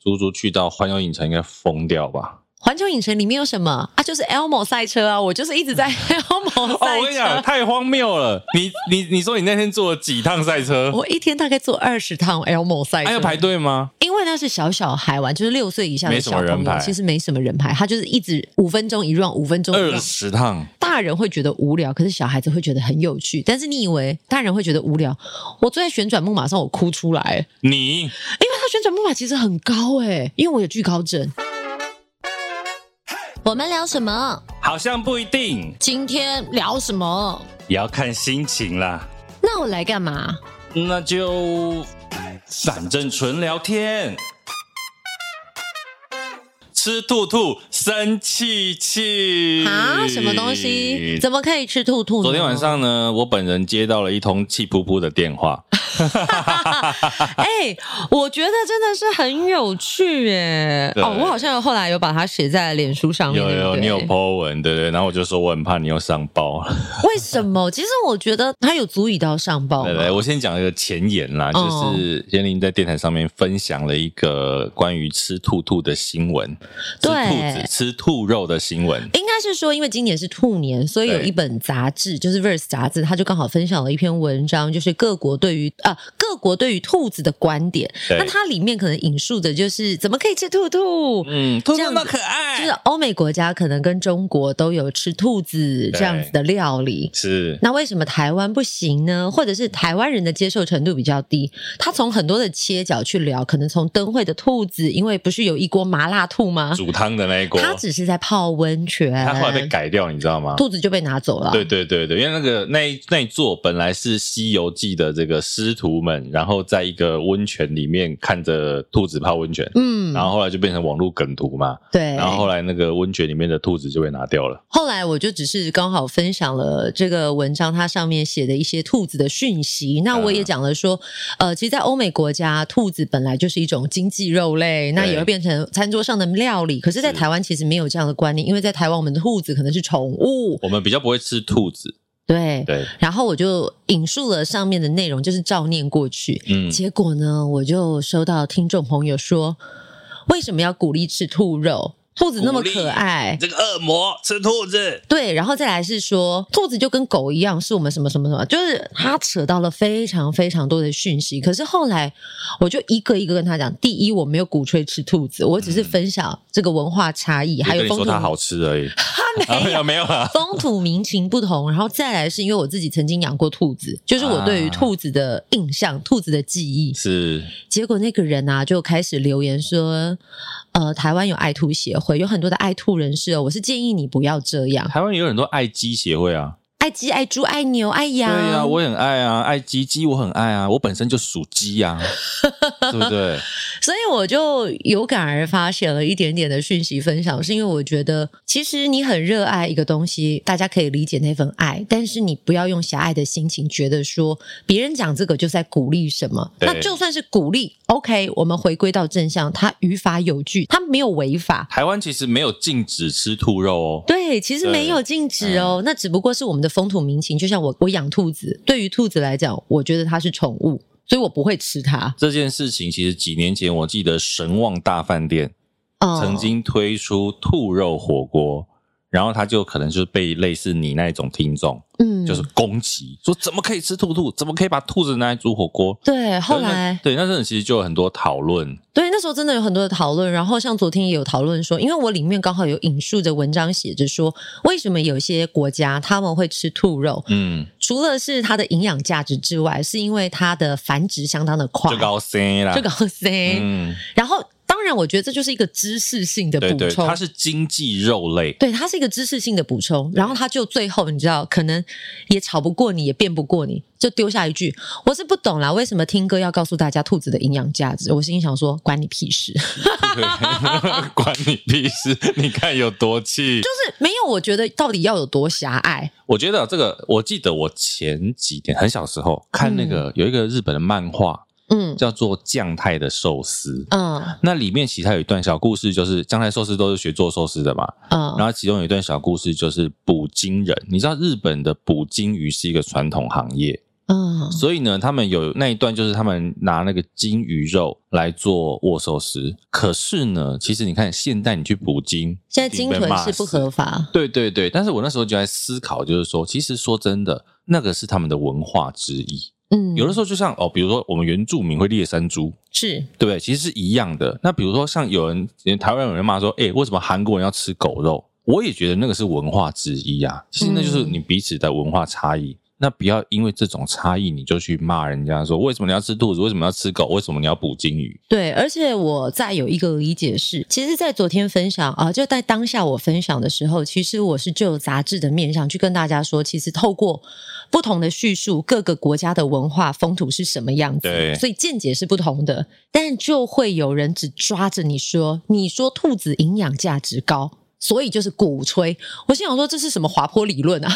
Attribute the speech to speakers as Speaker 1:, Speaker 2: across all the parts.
Speaker 1: 足足去到环球影城应该疯掉吧？
Speaker 2: 环球影城里面有什么啊？就是 Elmo 赛车啊，我就是一直在 Elmo
Speaker 1: 哦，
Speaker 2: 赛
Speaker 1: 我跟你讲，
Speaker 2: 车。
Speaker 1: 太荒谬了！你你你说你那天坐了几趟赛车？啊
Speaker 2: 我一天大概做二十趟 Elmo 赛车，
Speaker 1: 哎还要排队吗？
Speaker 2: 因为那是小小孩玩，就是六岁以下的
Speaker 1: 没什
Speaker 2: 小
Speaker 1: 么人
Speaker 2: 朋友
Speaker 1: 排，
Speaker 2: 其实没什么人排，他就是一直五分钟一 round，五分钟一
Speaker 1: 二
Speaker 2: round。
Speaker 1: 十趟，
Speaker 2: 大人会觉得无聊，可是小孩子会觉得很有趣。但是你以为大人会觉得无聊？我坐在旋转木马上，我哭出来，因
Speaker 1: 你
Speaker 2: 为它旋转木马其实很高哎、因为我有惧高症。我们聊什么？
Speaker 1: 好像不一定，
Speaker 2: 今天聊什么？
Speaker 1: 也要看心情啦。
Speaker 2: 那我来干嘛？
Speaker 1: 那就反正纯聊天，吃兔兔生气气
Speaker 2: 啊？什么东西？怎么哦可以吃兔兔呢？
Speaker 1: 嗯昨天晚，上呢，我本人接到了一通气噗噗的电话，
Speaker 2: 哎、我觉得真的是很有趣耶。
Speaker 1: 对
Speaker 2: 哦，我好像有后来有把它写在脸书上面，
Speaker 1: 有
Speaker 2: 对不
Speaker 1: 有
Speaker 2: 对
Speaker 1: 你有 po 文，对不对？然后我就说我很怕你又上报，
Speaker 2: 为什么？ 其实我觉得它有足以到上报
Speaker 1: 对对，
Speaker 2: 嘛。
Speaker 1: 我先讲一个前言啦，
Speaker 2: 哦
Speaker 1: 就是严玲在电台上面分享了一个关于吃兔兔的新闻，吃
Speaker 2: 对
Speaker 1: 兔子吃兔肉的新闻，
Speaker 2: 应该是说，因为今年是兔年，所以有
Speaker 1: 对
Speaker 2: 一本杂志，就是《Verse》杂志，它就刚好分享了一篇文章，就是各国对于啊、各国对于兔子的观点。
Speaker 1: 对
Speaker 2: 那它里面可能引述的就是怎么可以吃兔兔？
Speaker 1: 嗯，兔
Speaker 2: 这
Speaker 1: 子
Speaker 2: 样
Speaker 1: 那么
Speaker 2: 子
Speaker 1: 可爱，
Speaker 2: 就是欧美国家可能跟中国都有吃兔子这样子的料理。
Speaker 1: 是
Speaker 2: 那为什么台湾不行呢？或者是台湾人的接受程度比较低？他从很多的切角去聊，可能从灯会的兔子，因为不是有一锅麻辣兔吗？
Speaker 1: 煮汤的那一锅，
Speaker 2: 他只是在泡温泉，
Speaker 1: 它后来被改掉，你知道吗？
Speaker 2: 兔子就被拿走了。
Speaker 1: 对对对对，因为那个那一那一座本来是《西游记》的这个师徒们，然后在一个温泉里面看着兔子泡温泉，
Speaker 2: 嗯，
Speaker 1: 然后后来就变成网络梗图嘛，
Speaker 2: 对。
Speaker 1: 然后后来那个温泉里面的兔子就被拿掉了。
Speaker 2: 后来我就只是刚好分享了这个文章，它上面写的一些兔子的讯息。那我也讲了说，呃，其实，在欧美国家，兔子本来就是一种经济肉类，那
Speaker 1: 对
Speaker 2: 也会变成餐桌上的料理。可是，在
Speaker 1: 是
Speaker 2: 台湾其实没有这样的观念，因为在台湾，我们的兔子可能是宠物，
Speaker 1: 我们比较不会吃兔子，
Speaker 2: 对。
Speaker 1: 对，
Speaker 2: 然后我就引述了上面的内容，就是照念过去。
Speaker 1: 嗯，
Speaker 2: 结果呢，我就收到听众朋友说，为什么要鼓励吃兔肉？兔子那么可爱，
Speaker 1: 这个恶魔吃兔子，
Speaker 2: 对，然后再来是说，兔子就跟狗一样，是我们什么什么什么，就是他扯到了非常非常多的讯息。可是后来，我就一个一个跟他讲，第一，我没有鼓吹吃兔子，我只是分享这个文化差异，还
Speaker 1: 嗯
Speaker 2: 有
Speaker 1: 你
Speaker 2: 风
Speaker 1: 说
Speaker 2: 土
Speaker 1: 它好吃而 已，
Speaker 2: 他没有
Speaker 1: 有没有啊？
Speaker 2: 风土民情不同，然后再来是因为我自己曾经养过兔子，就是我对于
Speaker 1: 啊
Speaker 2: 兔子的印象、兔子的记忆。
Speaker 1: 是
Speaker 2: 结果那个人啊，就开始留言说，呃，台湾有爱兔协会，有很多的爱兔人士哦，我是建议你不要这样，
Speaker 1: 台湾有很多爱鸡协会啊，
Speaker 2: 爱鸡、爱猪、爱牛、爱
Speaker 1: 对
Speaker 2: 羊，
Speaker 1: 呀、我很爱啊，爱鸡鸡我很爱啊，我本身就属鸡 呀、啊，对不对？
Speaker 2: 所以我就有感而发，写了一点点的讯息分享，是因为我觉得，其实你很热爱一个东西，大家可以理解那份爱，但是你不要用狭隘的心情，觉得说别人讲这个就是在鼓励什么。
Speaker 1: 对
Speaker 2: 那就算是鼓励，OK，我们回归到正向，它语法有据，它没有违法。
Speaker 1: 台湾其实没有禁止吃兔肉哦，
Speaker 2: 对，其实没有禁
Speaker 1: 嗯
Speaker 2: 止哦，那只不过是我们的风土民情。就像我，我养兔子，对于兔子来讲，我觉得它是宠物，所以我不会吃它。
Speaker 1: 这件事情其实几年前我记得神旺大饭店
Speaker 2: 哦
Speaker 1: 曾经推出兔肉火锅，然后他就可能就是被类似你那一种听众
Speaker 2: 嗯
Speaker 1: 就是攻击，说怎么可以吃兔兔，怎么可以把兔子拿来煮火锅？
Speaker 2: 对，后
Speaker 1: 可是那
Speaker 2: 来
Speaker 1: 对那阵子其实就有很多讨论，
Speaker 2: 对，那时候真的有很多的讨论，然后像昨天也有讨论说，因为我里面刚好有引述的文章写着说，为什么有些国家他们会吃兔肉，
Speaker 1: 嗯，
Speaker 2: 除了是它的营养价值之外，是因为它的繁殖相当的快，
Speaker 1: 就高 C 啦，
Speaker 2: 就高 C，、
Speaker 1: 嗯，
Speaker 2: 然后当然，我觉得这就是一个知识性的补
Speaker 1: 对
Speaker 2: 充，
Speaker 1: 对，它是经济肉 类，
Speaker 2: 对，它是一个知识性的补充，然后他就最后你知道，可能也吵不过你，也辩不过你，就丢下一句：“我是不懂啦，为什么听歌要告诉大家兔子的营养价值？”我心里想说，关你屁事。
Speaker 1: 对 管你屁事！你看有多气。
Speaker 2: 就是没有，我觉得到底要有多狭隘？
Speaker 1: 我觉得这个，我记得我前几天很小时候看那个、有一个日本的漫画
Speaker 2: 嗯
Speaker 1: 叫做《酱太的寿司》，
Speaker 2: 嗯
Speaker 1: 那里面其实还有一段小故事，就是酱太寿司都是学做寿司的嘛，
Speaker 2: 嗯
Speaker 1: 然后其中有一段小故事就是捕鲸人，你知道日本的捕鲸鱼是一个传统行业，
Speaker 2: 嗯，
Speaker 1: 所以呢，他们有那一段就是他们拿那个金鱼肉来做握寿司。可是呢，其实你看现代你去捕鲸，
Speaker 2: 现在鲸
Speaker 1: 已经被
Speaker 2: 豚
Speaker 1: 骂
Speaker 2: 是
Speaker 1: 死
Speaker 2: 不合法，
Speaker 1: 对对对，但是我那时候就在思考，就是说，其实说真的，那个是他们的文化之一。
Speaker 2: 嗯，
Speaker 1: 有的时候就像哦，比如说我们原住民会猎山猪，
Speaker 2: 是
Speaker 1: 对不对？其实是一样的。那比如说像有人台湾有人骂说，哎、为什么韩国人要吃狗肉？我也觉得那个是文化之一啊。其实那就是
Speaker 2: 嗯
Speaker 1: 你彼此的文化差异。那不要因为这种差异你就去骂人家说为什么你要吃兔子，为什么要吃狗，为什么你要捕鲸 鱼？
Speaker 2: 对，而且我再有一个理解是，其实，在昨天分享啊，就在当下我分享的时候，其实我是就杂志的面上去跟大家说，其实透过不同的叙述，各个国家的文化风土是什么样子，
Speaker 1: 对
Speaker 2: 所以见解是不同的，但就会有人只抓着你说，你说兔子营养价值高。所以就是鼓吹，我心想说这是什么滑坡理论啊？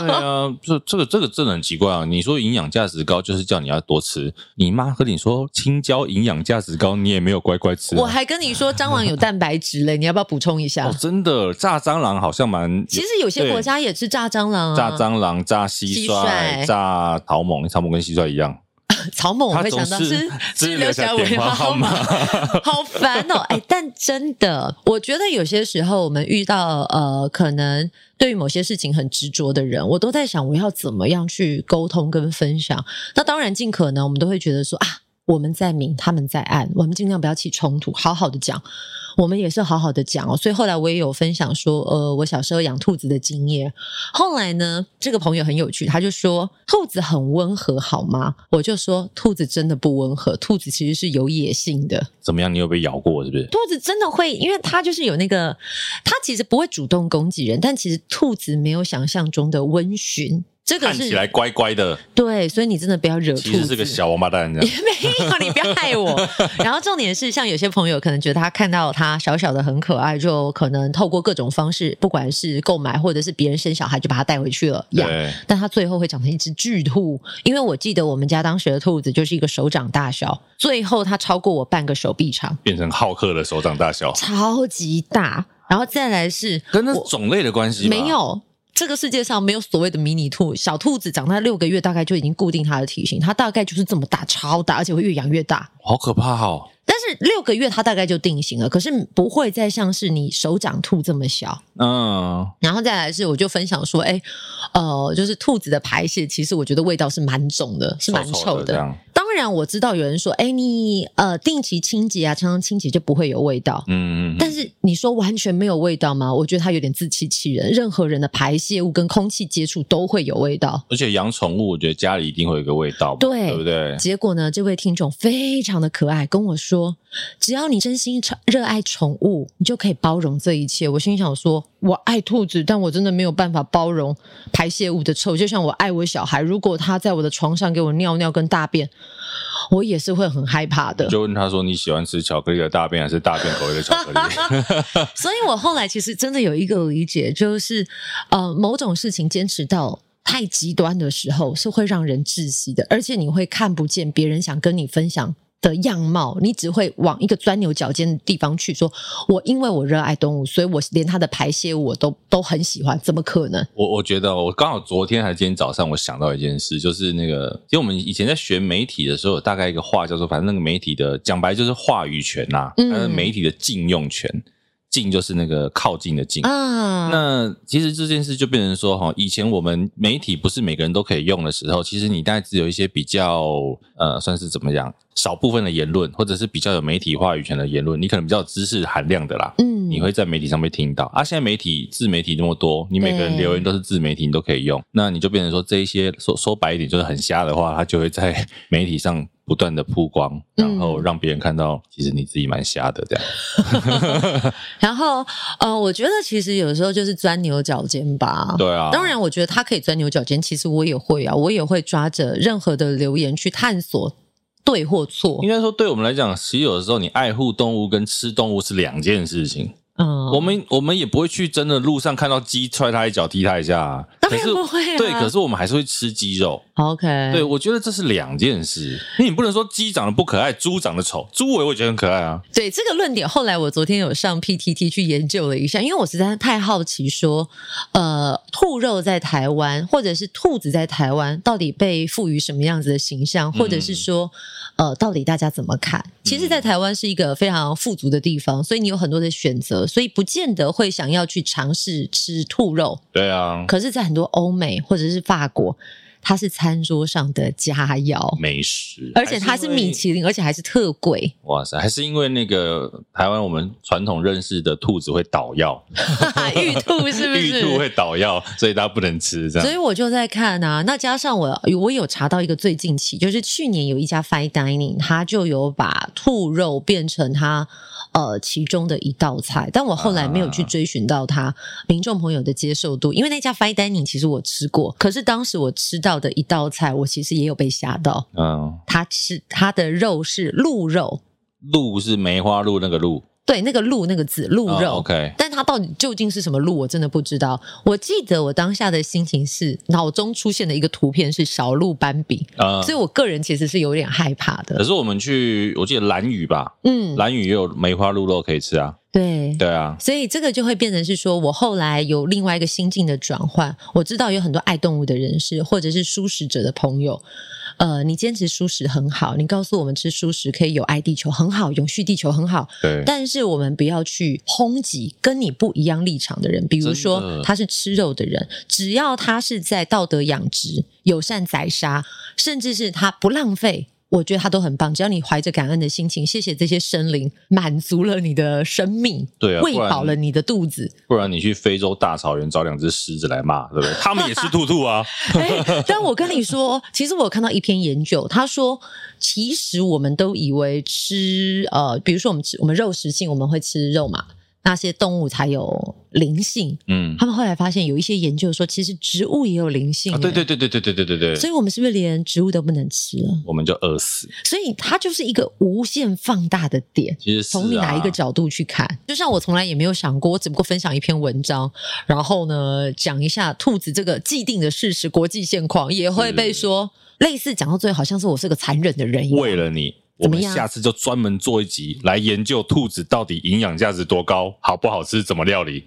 Speaker 1: 对啊，这这个这个真的很奇怪啊！你说营养价值高，就是叫你要多吃。你妈和你说青椒营养价值高，你也没有乖乖吃、
Speaker 2: 我
Speaker 1: 啊。
Speaker 2: 还跟你说蟑螂有蛋白质嘞，你要不要补充一下？
Speaker 1: 哦，真的，炸蟑螂好像蛮
Speaker 2: 其实有些
Speaker 1: 对
Speaker 2: 国家也吃炸蟑螂啊，
Speaker 1: 炸蟑螂、炸蟋
Speaker 2: 蟋
Speaker 1: 蟀、
Speaker 2: 蟀
Speaker 1: 炸草蜢，草蜢跟蟋蟀一样，
Speaker 2: 草蜢我
Speaker 1: 它
Speaker 2: 会
Speaker 1: 总
Speaker 2: 想到
Speaker 1: 是
Speaker 2: 是
Speaker 1: 只
Speaker 2: 是
Speaker 1: 留
Speaker 2: 留
Speaker 1: 下
Speaker 2: 下
Speaker 1: 电
Speaker 2: 尾
Speaker 1: 话
Speaker 2: 巴
Speaker 1: 号
Speaker 2: 号
Speaker 1: 码
Speaker 2: 码， 好烦哦！哎，但真的，我觉得有些时候我们遇到呃，可能对于某些事情很执着的人，我都在想我要怎么样去沟通跟分享。那当然，尽可能我们都会觉得说啊，我们在明，他们在暗，我们尽量不要起冲突，好好的讲。我们也是好好的讲哦，所以后来我也有分享说，呃，我小时候养兔子的经验，后来呢，这个朋友很有趣，他就说兔子很温和，好吗？我就说兔子真的不温和，兔子其实是有野性的，
Speaker 1: 怎么样？你有被咬过是不是？
Speaker 2: 兔子真的会，因为它就是有那个，它其实不会主动攻击人，但其实兔子没有想象中的温驯，这个
Speaker 1: 看起
Speaker 2: 是
Speaker 1: 来乖乖的，
Speaker 2: 对，所以你真的不要惹兔子。
Speaker 1: 其实是个 小王八蛋这样。
Speaker 2: 没有，你不要 害我。然后重点是，像有些朋友可能觉得他看到他小小的很可爱，就可能透过各种方式，不管是购买或者是别人生小孩，就把它带回去了养。
Speaker 1: 对，
Speaker 2: 但它最后会长成一只巨兔，因为我记得我们家当时的兔子就是一个手掌大小，最后它超过我半个手臂长，
Speaker 1: 变成浩克的手掌大小，
Speaker 2: 超级大。然后再来是
Speaker 1: 跟那
Speaker 2: 我
Speaker 1: 种类的关系吧
Speaker 2: 没。有，这个世界上没有所谓的迷你兔，小兔子长到六个月大概就已经固定它的体型，它大概就是这么大，超大，而且会越养越大。
Speaker 1: 好可怕哦！
Speaker 2: 但是六个月它大概就定型了，可是不会再像是你手掌兔这么小。
Speaker 1: 嗯，
Speaker 2: 然后再来是，我就分享说，哎，呃，就是兔子的排泄，其实我觉得味道是蛮重的，是蛮
Speaker 1: 臭
Speaker 2: 臭
Speaker 1: 的这样。
Speaker 2: 当然我知道有人说，哎，你呃定期清洁啊，常常清洁就不会有味道。
Speaker 1: 嗯嗯嗯，
Speaker 2: 但是你说完全没有味道吗？我觉得它有点自欺欺人。任何人的排泄物跟空气接触都会有味道。
Speaker 1: 而且养宠物，我觉得家里一定会有一个味道嘛，
Speaker 2: 对
Speaker 1: 对不对？
Speaker 2: 结果呢，这位听众非常的可爱，跟我说，只要你真心宠热爱宠物，你就可以包容这一切。我心想说，我爱兔子，但我真的没有办法包容排泄物的臭，就像我爱我小孩，如果他在我的床上给我尿尿跟大便，我也是会很害怕的。
Speaker 1: 就问他说你喜欢吃巧克力的大便还是大便口味的巧克力？
Speaker 2: 所以我后来其实真的有一个理解，就是呃，某种事情坚持到太极端的时候，是会让人窒息的，而且你会看不见别人想跟你分享。的样貌，你只会往一个钻牛角尖的地方去说。我因为我热爱动物，所以我连它的排泄物我都都很喜欢，怎么 可能？
Speaker 1: 我我觉得我刚好昨天还是今天早上，我想到一件事，就是那个，其实我们以前在学媒体的时候，有大概一个话叫做，反正那个媒体的讲白就是话语权呐、
Speaker 2: 嗯
Speaker 1: 它是媒体的禁用权，禁就是那个靠近的近。
Speaker 2: 啊，
Speaker 1: 那其实这件事就变成说哈，以前我们媒体不是每个人都可以用的时候，其实你大概只有一些比较呃，算是怎么样，少部分的言论，或者是比较有媒体话语权的言论，你可能比较有知识含量的啦。
Speaker 2: 嗯，
Speaker 1: 你会在媒体上被听到啊。现在媒体自媒体那么多，你每个人
Speaker 2: 对
Speaker 1: 留言都是自媒体，你都可以用，那你就变成说这一些说说白一点就是很瞎的话，它就会在 媒体上不断的曝光，
Speaker 2: 嗯
Speaker 1: 然后让别人看到其实你自己蛮瞎的这样。
Speaker 2: 然后呃，我觉得其实有时候就是钻牛角尖吧。
Speaker 1: 对啊，
Speaker 2: 当然，我觉得他可以钻牛角尖，其实我也会啊，我也会抓着任何的留言去探索对或错
Speaker 1: 应。该说对我们来讲，其实有的时候你爱护动物跟吃动物是两件事情。
Speaker 2: 嗯，
Speaker 1: 我们我们也不会去真的路上看到鸡踹它一脚踢它一下啊、
Speaker 2: 当
Speaker 1: 可
Speaker 2: 然
Speaker 1: 是
Speaker 2: 不会啊
Speaker 1: 对，可是我们还是会吃鸡肉。
Speaker 2: OK，
Speaker 1: 对，我觉得这是两件事。你不能说鸡长得不可爱，猪长得丑。猪我也会觉得很可爱啊。
Speaker 2: 对这个论点，后来我昨天有上 PTT 去研究了一下，因为我实在是太好奇说，呃，兔肉在台湾或者是兔子在台湾到底被赋予什么样子的形象，或者
Speaker 1: 嗯
Speaker 2: 是说，呃，到底大家怎么看？其实，在台湾是一个非常富足的地方，所以你有很多的选择，所以不见得会想要去尝试吃兔肉。
Speaker 1: 对啊，
Speaker 2: 可是，在很多欧美或者是法国，它是餐桌上的佳肴，
Speaker 1: 美食，
Speaker 2: 而且它是
Speaker 1: 嗯还因为
Speaker 2: 米其林，而且还是特贵。
Speaker 1: 哇塞，还是因为那个台湾我们传统认识的兔子会倒药，
Speaker 2: 玉兔是不
Speaker 1: 玉兔
Speaker 2: 是？
Speaker 1: 会倒药，所以大家不能吃这
Speaker 2: 所
Speaker 1: 样。
Speaker 2: 以我就在看啊，那加上我，我有查到一个最近期，就是去年有一家 fine dining，它就有把兔肉变成它呃其中的一道菜，但我后来没有
Speaker 1: 啊
Speaker 2: 去追寻到它、民众朋友的接受度，因为那家 fine dining 其实我吃过，可是当时我吃到的一道菜，我其实也有被吓到，
Speaker 1: 嗯，
Speaker 2: 它吃它的肉是鹿肉，
Speaker 1: 鹿是梅花鹿那个鹿，
Speaker 2: 对，那个鹿那个字鹿肉。
Speaker 1: 哦 OK，
Speaker 2: 但它到底究竟是什么路，我真的不知道。我记得我当下的心情是，脑中出现的一个图片是小鹿斑比，
Speaker 1: 呃，
Speaker 2: 所以我个人其实是有点害怕
Speaker 1: 可
Speaker 2: 的。
Speaker 1: 是我们去，我记得蓝屿吧，
Speaker 2: 嗯，
Speaker 1: 蓝屿也有梅花鹿肉可以吃啊。
Speaker 2: 对。
Speaker 1: 对啊，
Speaker 2: 所以这个就会变成是说，我后来有另外一个心境的转换。我知道有很多爱动物的人士，或者是素食者的朋友，呃，你坚持素食很好，你告诉我们吃素食可以有爱地球很好，永续地球很好，
Speaker 1: 对，
Speaker 2: 但是我们不要去抨击跟你不一样立场的人，比如
Speaker 1: 真
Speaker 2: 说
Speaker 1: 的
Speaker 2: 他是吃肉的人，只要他是在道德养殖、友善宰杀，甚至是他不浪费。我觉得他都很棒，只要你怀着感恩的心情，谢谢这些生灵，满足了你的生命，
Speaker 1: 对啊
Speaker 2: 喂
Speaker 1: 不然
Speaker 2: 饱了你的肚子。
Speaker 1: 不然你去非洲大草原找两只狮子来骂，对不对？他们也吃兔兔 啊。
Speaker 2: 哎，但我跟你 说，其实我有看到一篇研究，他说，其实我们都以为吃呃，比如说我们吃我们肉食性，我们会吃肉嘛，那些动物才有灵性，
Speaker 1: 嗯，
Speaker 2: 他们后来发现有一些研究说，其实植物也有灵性、欸
Speaker 1: 啊，对对。对对对对对对对，
Speaker 2: 所以我们是不是连植物都不能吃了？
Speaker 1: 我们就饿死。
Speaker 2: 所以它就是一个无限放大的点。
Speaker 1: 其实是
Speaker 2: 从你哪一个
Speaker 1: 啊
Speaker 2: 角度去看？就像我从来也没有想过，我只不过分享一篇文章，然后呢讲一下兔子这个既定的事实、国际现况，也会被说类似讲到最后，好像是我是个残忍的人一样。
Speaker 1: 为了你，我
Speaker 2: 怎么
Speaker 1: 们
Speaker 2: 样
Speaker 1: 下次就专门做一集来研究兔子到底营养价值多高，好不好吃，怎么料理。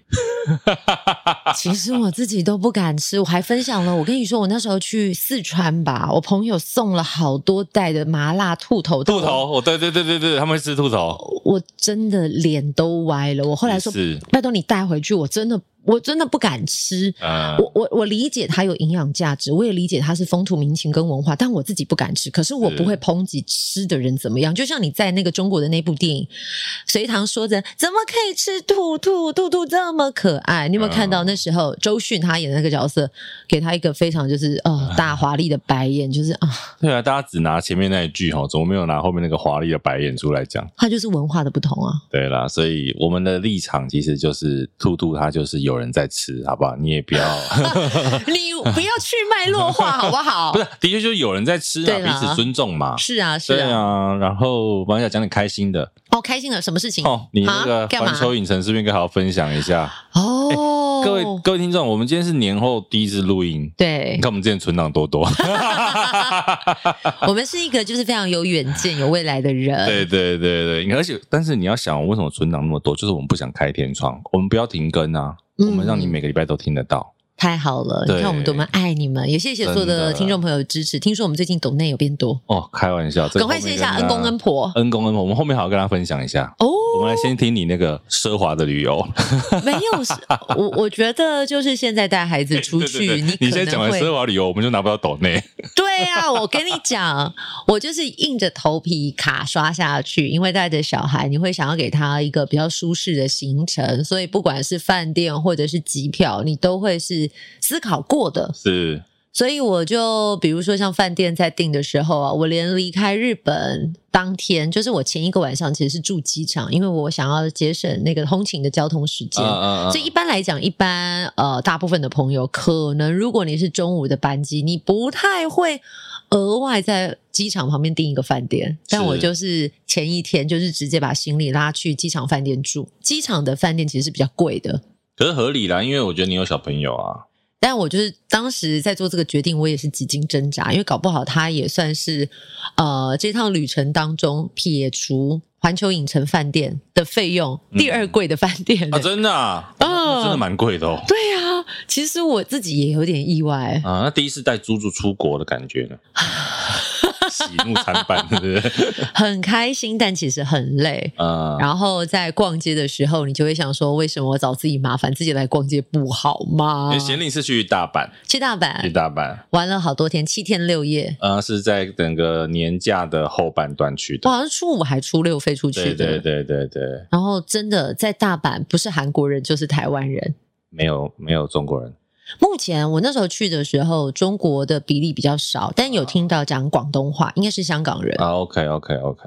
Speaker 2: 其实我自己都不敢吃，我还分享了。我跟你说，我那时候去四川吧，我朋友送了好多袋的麻辣兔头，
Speaker 1: 兔头，哦，对对对对对，他们会吃兔头。
Speaker 2: 我真的脸都歪了。我后来说
Speaker 1: 也是，
Speaker 2: 拜托你带回去，我真的我真的不敢吃。
Speaker 1: 呃，
Speaker 2: 我我我理解它有营养价值，我也理解它是风土民情跟文化，但我自己不敢吃。可是我
Speaker 1: 是
Speaker 2: 不会抨击吃的人怎么样，就像你在那个中国的那部电影《隋唐》说着，怎么可以吃兔兔？兔兔这么可爱，你有没有看到
Speaker 1: 嗯
Speaker 2: 那时候周迅她演的那个角色，给她一个非常就是呃大华丽的白眼，就是 啊，
Speaker 1: 对啊，大家只拿前面那一句哈，怎么没有拿后面那个华丽的白眼出来讲？
Speaker 2: 它就是文化的不同 啊。
Speaker 1: 对啦，所以我们的立场其实就是兔兔，它就是有人在吃，好不好？你也不要，
Speaker 2: 你不要去脉络化好不好
Speaker 1: 不？是，的确就是有人在吃嘛，
Speaker 2: 对
Speaker 1: 彼
Speaker 2: 啦
Speaker 1: 此尊重嘛。
Speaker 2: 是啊，是
Speaker 1: 对
Speaker 2: 啊。
Speaker 1: 啊，然后我想讲点开心的
Speaker 2: 哦，开心了，什么事情？
Speaker 1: 哦。你那
Speaker 2: 啊
Speaker 1: 个
Speaker 2: 干嘛
Speaker 1: 环球影城是不是应该好好分享一下？
Speaker 2: 哦，
Speaker 1: 哎各位各位听众，我们今天是年后第一次录音，
Speaker 2: 对
Speaker 1: 你看我们之前存档多 多，
Speaker 2: 我们是一个就是非常有远见、有未来的人。
Speaker 1: 对对对对，你而且但是你要想，为什么存档那么多？就是我们不想开天窗，我们不要停更啊，
Speaker 2: 嗯
Speaker 1: 我们让你每个礼拜都听得到。
Speaker 2: 太好了！你
Speaker 1: 对
Speaker 2: 看我们多么爱你们，也谢谢所有
Speaker 1: 真
Speaker 2: 的
Speaker 1: 的
Speaker 2: 听众朋友的支持。听说我们最近抖内有变多，
Speaker 1: 哦，开玩笑，这
Speaker 2: 赶
Speaker 1: 个
Speaker 2: 快
Speaker 1: 后
Speaker 2: 谢
Speaker 1: 面
Speaker 2: 谢一下
Speaker 1: 跟
Speaker 2: 恩
Speaker 1: 大
Speaker 2: 公恩婆
Speaker 1: 恩公恩婆，我们后面好好跟大家分享一下。
Speaker 2: 哦。
Speaker 1: 我们来先听你那个奢华的旅游，
Speaker 2: 没有，是我我觉得就是现在带孩子出 去，
Speaker 1: 对对对
Speaker 2: 你
Speaker 1: 你
Speaker 2: 可
Speaker 1: 现在讲
Speaker 2: 能
Speaker 1: 完
Speaker 2: 会
Speaker 1: 奢华旅游，我们就拿不到抖内。
Speaker 2: 对啊，我跟你讲， 我就是硬着头皮卡刷下去，因为带着小孩，你会想要给他一个比较舒适的行程，所以不管是饭店或者是机票，你都会是思考过的。
Speaker 1: 是，
Speaker 2: 所以我就比如说像饭店在订的时候啊，我连离开日本当天，就是我前一个晚上其实是住机场，因为我想要节省那个通勤的交通时间。
Speaker 1: 嗯
Speaker 2: 所以一般来讲，一般呃，大部分的朋友可能，如果你是中午的班机，你不太会额外在机场旁边订一个饭店。但我就是前一天就是直接把行李拉去机场饭店住。机场的饭店其实是比较贵的，
Speaker 1: 可是合理啦，因为我觉得你有小朋友啊，
Speaker 2: 但我就是当时在做这个决定，我也是几经挣扎，因为搞不好他也算是呃这趟旅程当中撇除环球影城饭店的费用第二贵的饭店、
Speaker 1: 啊，真的啊，那真的蛮贵的哦。
Speaker 2: 嗯对啊，其实我自己也有点意外。
Speaker 1: 啊，那第一次带猪猪出国的感觉 呢？喜怒参半，对不对？
Speaker 2: 很开心，但其实很累。
Speaker 1: 啊，
Speaker 2: 然后在逛街的时候，你就会想说，为什么我找自己麻烦，自己来逛街不好吗？
Speaker 1: 贤令是去大阪，
Speaker 2: 去大
Speaker 1: 去
Speaker 2: 阪
Speaker 1: 大阪，
Speaker 2: 玩了好多天，七天六夜，
Speaker 1: 呃，是在整个年假的后半段去的。
Speaker 2: 我好像初五还初六飞哦出去
Speaker 1: 对对
Speaker 2: 的。
Speaker 1: 对对对，
Speaker 2: 然后真的在大阪，不是韩国人就是台湾人。
Speaker 1: 没有没有中国人，
Speaker 2: 目前我那时候去的时候，中国的比例比较少，但有听到讲广东话，应该是香港人。
Speaker 1: 啊，OK OK OK，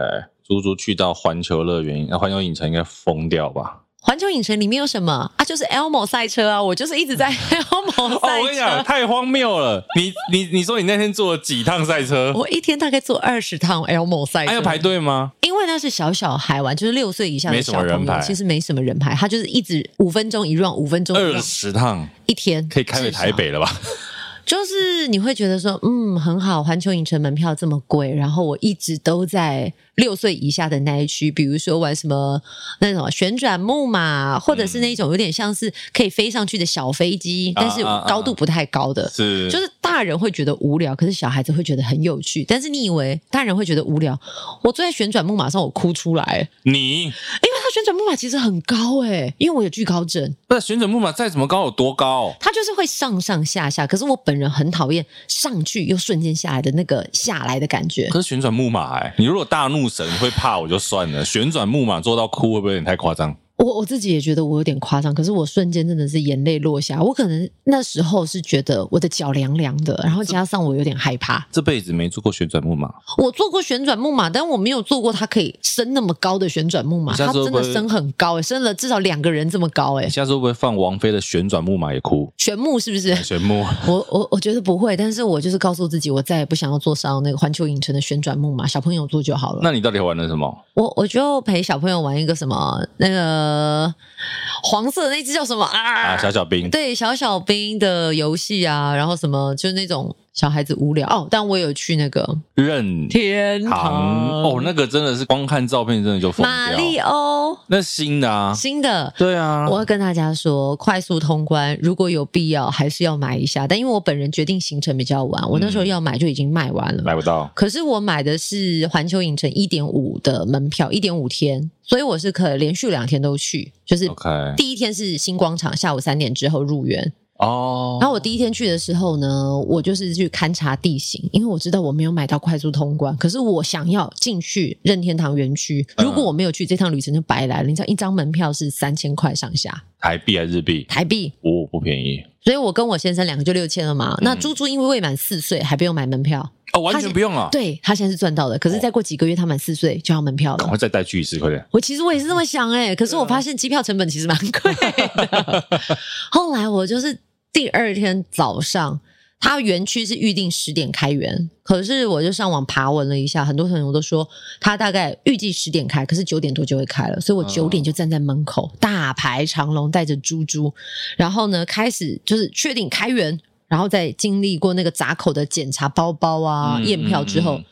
Speaker 1: 猪猪去到环球乐园，那环球影城应该疯掉吧？
Speaker 2: 环球影城里面有什么啊？就是 Elmo 赛车啊，我就是一 直在 Elmo
Speaker 1: 哦，我跟
Speaker 2: 赛
Speaker 1: 你
Speaker 2: 车。
Speaker 1: 讲，太荒谬了！你你你说你那天坐了几趟赛 车？啊
Speaker 2: 我一天大概做二十趟 Elmo 赛车，
Speaker 1: 还要哎排队吗？
Speaker 2: 因为那是小小孩玩，就是六岁以下的
Speaker 1: 没什
Speaker 2: 小
Speaker 1: 么
Speaker 2: 朋友，
Speaker 1: 人排
Speaker 2: 其实没什么人排，他就是一直五分钟一 round，五分钟一
Speaker 1: 二
Speaker 2: round，
Speaker 1: 十趟
Speaker 2: 一天
Speaker 1: 可以开回台，
Speaker 2: 至
Speaker 1: 北了吧？
Speaker 2: 少就是你会觉得说，嗯，很好，环球影城门票这么贵，然后我一直都在六岁以下的那一区，比如说玩什么那种旋转木马，或者是那种有点像是可以飞上去的小飞机，但是
Speaker 1: 啊啊啊
Speaker 2: 高度不太高的，
Speaker 1: 是，
Speaker 2: 就是大人会觉得无聊，可是小孩子会觉得很有趣。但是你以为大人会觉得无聊，我坐在旋转木马上我哭出来，因
Speaker 1: 你
Speaker 2: 为它旋转木马其实很高诶、因为我有惧高症，
Speaker 1: 不是旋转木马再怎么高有多高？
Speaker 2: 它就是会上上下下。可是我本人很讨厌上去又瞬间下来的那个下来的感觉。
Speaker 1: 可是旋转木马哎、你如果大怒神会怕我就算了，旋转木马做到哭会不会有点太夸张？
Speaker 2: 我我自己也觉得我有点夸张，可是我瞬间真的是眼泪落下。我可能那时候是觉得我的脚凉凉的，然后加上我有点害怕。
Speaker 1: 这辈子没坐过旋转木马，
Speaker 2: 我坐过旋转木马，但我没有坐过它可以升那么高的旋转木马，
Speaker 1: 你下
Speaker 2: 它
Speaker 1: 次会
Speaker 2: 真
Speaker 1: 不会
Speaker 2: 的升很高、欸，升了至少两个人这么高、欸，
Speaker 1: 你下次会不会放王菲的旋转木马也哭？
Speaker 2: 旋木是不是？
Speaker 1: 旋木
Speaker 2: 我我我觉得不会，但是我就是告诉自己，我再也不想要坐上那个环球影城的旋转木马，小朋友坐就好了。
Speaker 1: 那你到底玩了什么？
Speaker 2: 我我就陪小朋友玩一个什么那个黄色的那只叫什么啊？
Speaker 1: 啊，小小兵，
Speaker 2: 对小小兵的游戏啊，然后什么就是那种小孩子无聊哦。但我有去那个
Speaker 1: 任
Speaker 2: 天
Speaker 1: 堂
Speaker 2: 堂
Speaker 1: 哦，那个真的是光看照片真的就疯
Speaker 2: 马里
Speaker 1: 掉。
Speaker 2: 欧
Speaker 1: 那新的啊，
Speaker 2: 新的，
Speaker 1: 对啊，
Speaker 2: 我要跟大家说，快速通关如果有必要，还是要买一下。但因为我本人决定行程比较
Speaker 1: 嗯
Speaker 2: 晚，我那时候要买就已经卖完了。
Speaker 1: 买不到。
Speaker 2: 可是我买的是环球影城一点五的门票，一点五天，所以我是可以连续两天都去。就是
Speaker 1: OK，
Speaker 2: 第一天是星光场，下午三点之后入园。
Speaker 1: 哦，
Speaker 2: 然后我第一天去的时候呢，我就是去勘察地形，因为我知道我没有买到快速通关，可是我想要进去任天堂园区。
Speaker 1: 嗯
Speaker 2: 如果我没有去，这趟旅程就白来了。你知道，一张门票是三千块上下
Speaker 1: 台币还是日币？
Speaker 2: 台币，
Speaker 1: 哦，不便宜
Speaker 2: 所以我跟我先生两个就六千了嘛。那猪猪因为未满四岁，还不用买门票，
Speaker 1: 哦，完全不用啊，
Speaker 2: 对他现在是赚到的。可是再过几个月他满四岁就要门票
Speaker 1: 赶
Speaker 2: 了。
Speaker 1: 快再带去一次，快点。
Speaker 2: 哦我其实我也是这么想哎、可是我发现机票成本其实蛮贵 的。后来我就是第二天早上，它园区是预定十点开园，可是我就上网爬文了一下，很多朋友都说它大概预计十点开，可是九点多就会开了，所以我九点就站在门口、大排长龙，带着猪猪，然后呢开始就是确定开园，然后再经历过那个闸口的检查包包啊、
Speaker 1: 嗯
Speaker 2: 验票之后。
Speaker 1: 嗯嗯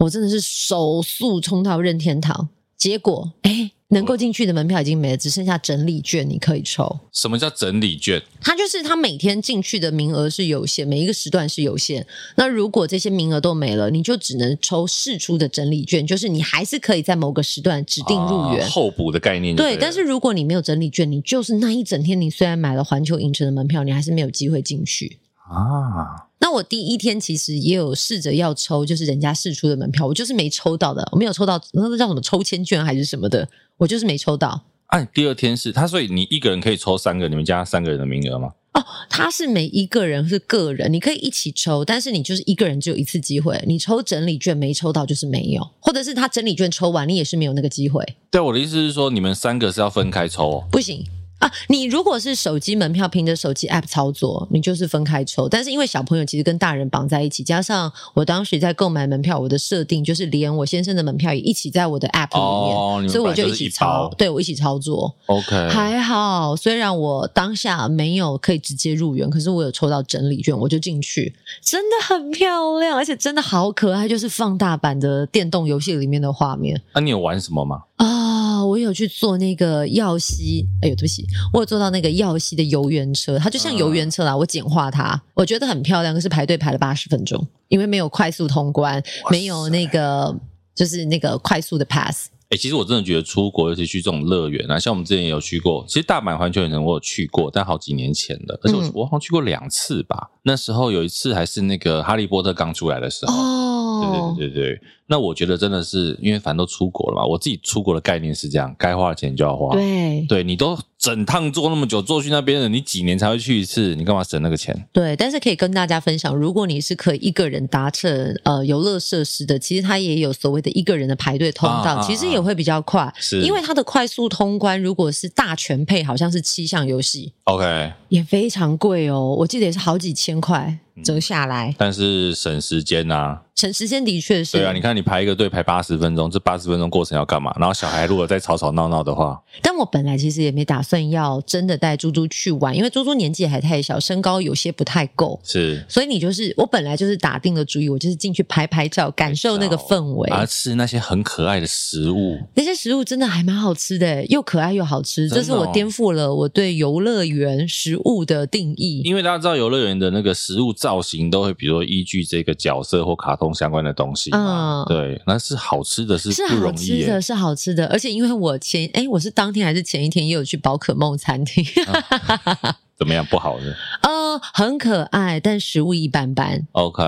Speaker 2: 我真的是手速冲到任天堂，结果哎、能够进去的门票已经没了，只剩下整理券你可以抽。
Speaker 1: 什么叫整理券？
Speaker 2: 它就是它每天进去的名额是有限，每一个时段是有限。那如果这些名额都没了，你就只能抽试出的整理券，就是你还是可以在某个时段指定入园。
Speaker 1: 啊候补的概念就
Speaker 2: 对，
Speaker 1: 了
Speaker 2: 但是如果你没有整理券，你就是那一整天，你虽然买了环球影城的门票，你还是没有机会进去。
Speaker 1: 啊，
Speaker 2: 那我第一天其实也有试着要抽，就是人家试出的门票，我就是没抽到的，我没有抽到那个叫什么抽签券还是什么的，我就是没抽到。
Speaker 1: 哎，第二天是他，所以你一个人可以抽三个，你们家三个人的名额吗？
Speaker 2: 它是每一个人是个人，你可以一起抽，但是你就是一个人只有一次机会，你抽整理券没抽到就是没有，或者是他整理券抽完你也是没有那个机会，
Speaker 1: 对，我的意思是说，你们三个是要分开抽哦。
Speaker 2: 不行。啊，你如果是手机门票凭着手机 app 操作，你就是分开抽。但是因为小朋友其实跟大人绑在一起，加上我当时在购买门票，我的设定就是连我先生的门票也一起在我的 app 里面，
Speaker 1: 哦，你们
Speaker 2: 所以我
Speaker 1: 本来就
Speaker 2: 一
Speaker 1: 是
Speaker 2: 起
Speaker 1: 一
Speaker 2: 操
Speaker 1: 包，
Speaker 2: 对我一起操作。
Speaker 1: OK，
Speaker 2: 还好，虽然我当下没有可以直接入园，可是我有抽到整理券，我就进去，真的很漂亮，而且真的好可爱，就是放大版的电动游戏里面的画面。
Speaker 1: 那、你有玩什么吗？
Speaker 2: 啊、我有去坐那个耀西，哎呦，对不起，我有坐到那个耀西的游园车，它就像游
Speaker 1: 嗯
Speaker 2: 园车啦，我简化它，我觉得很漂亮，可是排队排了八十分钟，因为没有快速通关，没有那个就是那个快速的 pass。
Speaker 1: 哎、其实我真的觉得出国，尤其去这种乐园啊，像我们之前也有去过，其实大阪环球影城我有去过，但好几年前了，而且我、
Speaker 2: 嗯
Speaker 1: 我好像去过两次吧。那时候有一次还是那个《哈利波特》刚出来的时候，
Speaker 2: 哦，
Speaker 1: 对对对对对。那我觉得真的是，因为反正都出国了嘛，我自己出国的概念是这样，该花的钱就要花。
Speaker 2: 对
Speaker 1: 对你都整趟坐那么久，坐去那边的，你几年才会去一次？你干嘛省那个钱？
Speaker 2: 对，但是可以跟大家分享，如果你是可以一个人达成呃游乐设施的，其实它也有所谓的一个人的排队通道，
Speaker 1: 啊啊
Speaker 2: 其实也会比较快，
Speaker 1: 是
Speaker 2: 因为它的快速通关如果是大全配，好像是七项游戏，
Speaker 1: OK，
Speaker 2: 也非常贵哦，我记得也是好几千块
Speaker 1: 嗯
Speaker 2: 折下来，
Speaker 1: 但是省时间呐、啊。
Speaker 2: 省时间的确是。
Speaker 1: 对啊，你看你排一个队排八十分钟，这八十分钟过程要干嘛？然后小孩如果再吵吵闹闹的话，
Speaker 2: 但我本来其实也没打算要真的带猪猪去玩，因为猪猪年纪还太小，身高有些不太够。
Speaker 1: 是
Speaker 2: 所以你就是我本来就是打定了主意，我就是进去拍拍照，感受那个氛围。
Speaker 1: 而吃那些很可爱的食物，
Speaker 2: 那些食物真的还蛮好吃的，又可爱又好吃，
Speaker 1: 真的
Speaker 2: 这
Speaker 1: 哦
Speaker 2: 是我颠覆了我对游乐园食物的定义。
Speaker 1: 因为大家知道游乐园的那个食物造型都会，比如说依据这个角色或卡通相关的东西嘛。
Speaker 2: 嗯
Speaker 1: 对，那是好吃的，是
Speaker 2: 是
Speaker 1: 不
Speaker 2: 好
Speaker 1: 容易
Speaker 2: 吃
Speaker 1: 耶
Speaker 2: 的，。是好吃的，而且因为我前哎，我是当天还是前一天也有去宝可梦餐厅，
Speaker 1: 怎么样不好呢
Speaker 2: 呃，很可爱，但食物一般般。
Speaker 1: ？OK，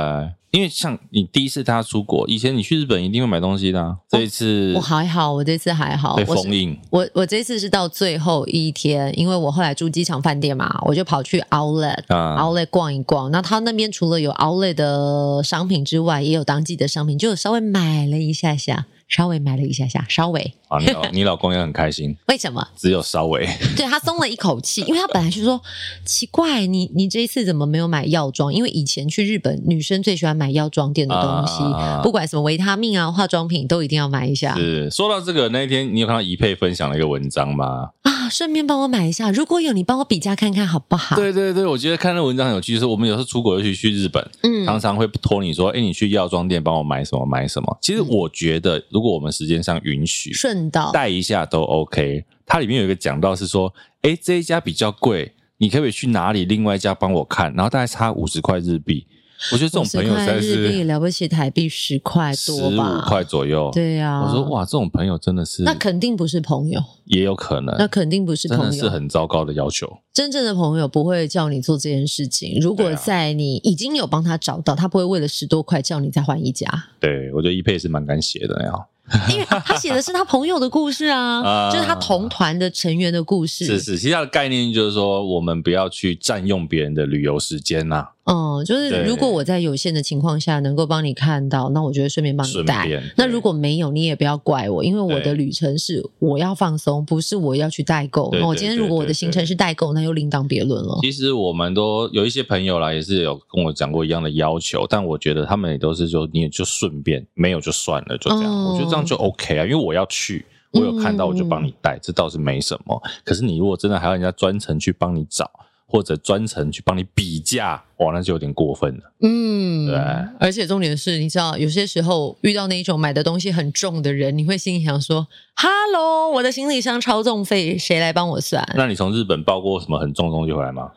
Speaker 1: 因为像你第一次他出国，以前你去日本一定会买东西的、啊，这一次
Speaker 2: 哦我还好，我这次还好
Speaker 1: 被，
Speaker 2: 我
Speaker 1: 封
Speaker 2: 是
Speaker 1: 印。
Speaker 2: 我我这次是到最后一天，因为我后来住机场饭店嘛，我就跑去 Outlet。
Speaker 1: 啊，
Speaker 2: Outlet 逛一逛，那他那边除了有 Outlet 的商品之外，也有当季的商品，就有稍微买了一下下，稍微买了一下下，稍微。
Speaker 1: 啊你 老你老公也很开心，
Speaker 2: 为什么？
Speaker 1: 只有稍微
Speaker 2: 对他松了一口气，因为他本来就说奇怪，你你这一次怎么没有买药妆？因为以前去日本，女生最喜欢买药妆店的东西，
Speaker 1: 啊
Speaker 2: 不管什么维他命啊、化妆品，都一定要买一下
Speaker 1: 是。说到这个，那一天你有看到怡佩分享了一个文章吗？
Speaker 2: 啊。顺便帮我买一下，如果有你帮我比价看看好不好？
Speaker 1: 对对对，我觉得看那文章很有趣，就是我们有时候出国，尤其去日本，
Speaker 2: 嗯，
Speaker 1: 常常会托你说，哎，你去药妆店帮我买什么买什么。
Speaker 2: 嗯
Speaker 1: 其实我觉得，如果我们时间上允许，
Speaker 2: 顺道
Speaker 1: 带一下都 OK。它里面有一个讲到是说，哎，这一家比较贵，你可不可以去哪里？另外一家帮我看，然后大概差五十块日币。我觉得这种
Speaker 2: 50
Speaker 1: 朋友
Speaker 2: 块
Speaker 1: 才
Speaker 2: 日币
Speaker 1: 是
Speaker 2: 了不起，台币十块
Speaker 1: 十
Speaker 2: 多
Speaker 1: 五
Speaker 2: 吧？
Speaker 1: 块左右。
Speaker 2: 对呀、
Speaker 1: 我说哇，这种朋友真的是，
Speaker 2: 那肯定不是朋友，
Speaker 1: 也有可
Speaker 2: 那
Speaker 1: 能，
Speaker 2: 肯定不是
Speaker 1: 真的
Speaker 2: 朋
Speaker 1: 是
Speaker 2: 友。啊
Speaker 1: 很糟糕的要求。
Speaker 2: 真正的朋友不会叫你做这件事情。如果
Speaker 1: 对啊
Speaker 2: 在你已经有帮他找到，他不会为了十多块叫你再换一家，
Speaker 1: 对我觉得一 E 配是蛮敢写的那样。
Speaker 2: 因为、啊他写的是他朋友的故事啊，
Speaker 1: 啊
Speaker 2: 就是他同团的成员的故事。
Speaker 1: 是是，其实它的概念就是说，我们不要去占用别人的旅游时间啊呐、
Speaker 2: 嗯，就是
Speaker 1: 对
Speaker 2: 如果我在有限的情况下能够帮你看到，那我就会顺便帮你
Speaker 1: 顺
Speaker 2: 带。
Speaker 1: 便，
Speaker 2: 那
Speaker 1: 对
Speaker 2: 如果没有，你也不要怪我，因为我的
Speaker 1: 对
Speaker 2: 旅程是我要放松，不是我要去代购。
Speaker 1: 对
Speaker 2: 那我
Speaker 1: 对
Speaker 2: 今天
Speaker 1: 对
Speaker 2: 如果我的
Speaker 1: 对
Speaker 2: 行程
Speaker 1: 对
Speaker 2: 是代购，那又另当别论了。
Speaker 1: 其实我们都有一些朋友啦，也是有跟我讲过一样的要求，但我觉得他们也都是说，你也就顺便，没有就算了，就这样。
Speaker 2: 哦
Speaker 1: 我觉得这样就 OK 啊，因为我要去，我有看到
Speaker 2: 嗯
Speaker 1: 我就帮你带，这倒是没什么。可是你如果真的还要人家专程去帮你找，或者专程去帮你比价，哇，那就有点过分了。
Speaker 2: 嗯，
Speaker 1: 对
Speaker 2: 而且重点是，你知道，有些时候遇到那一种买的东西很重的人，你会心里想说：“Hello，我的行李箱超重费，谁来帮我算
Speaker 1: 那你从日本抱过什么很重的东西回来 吗？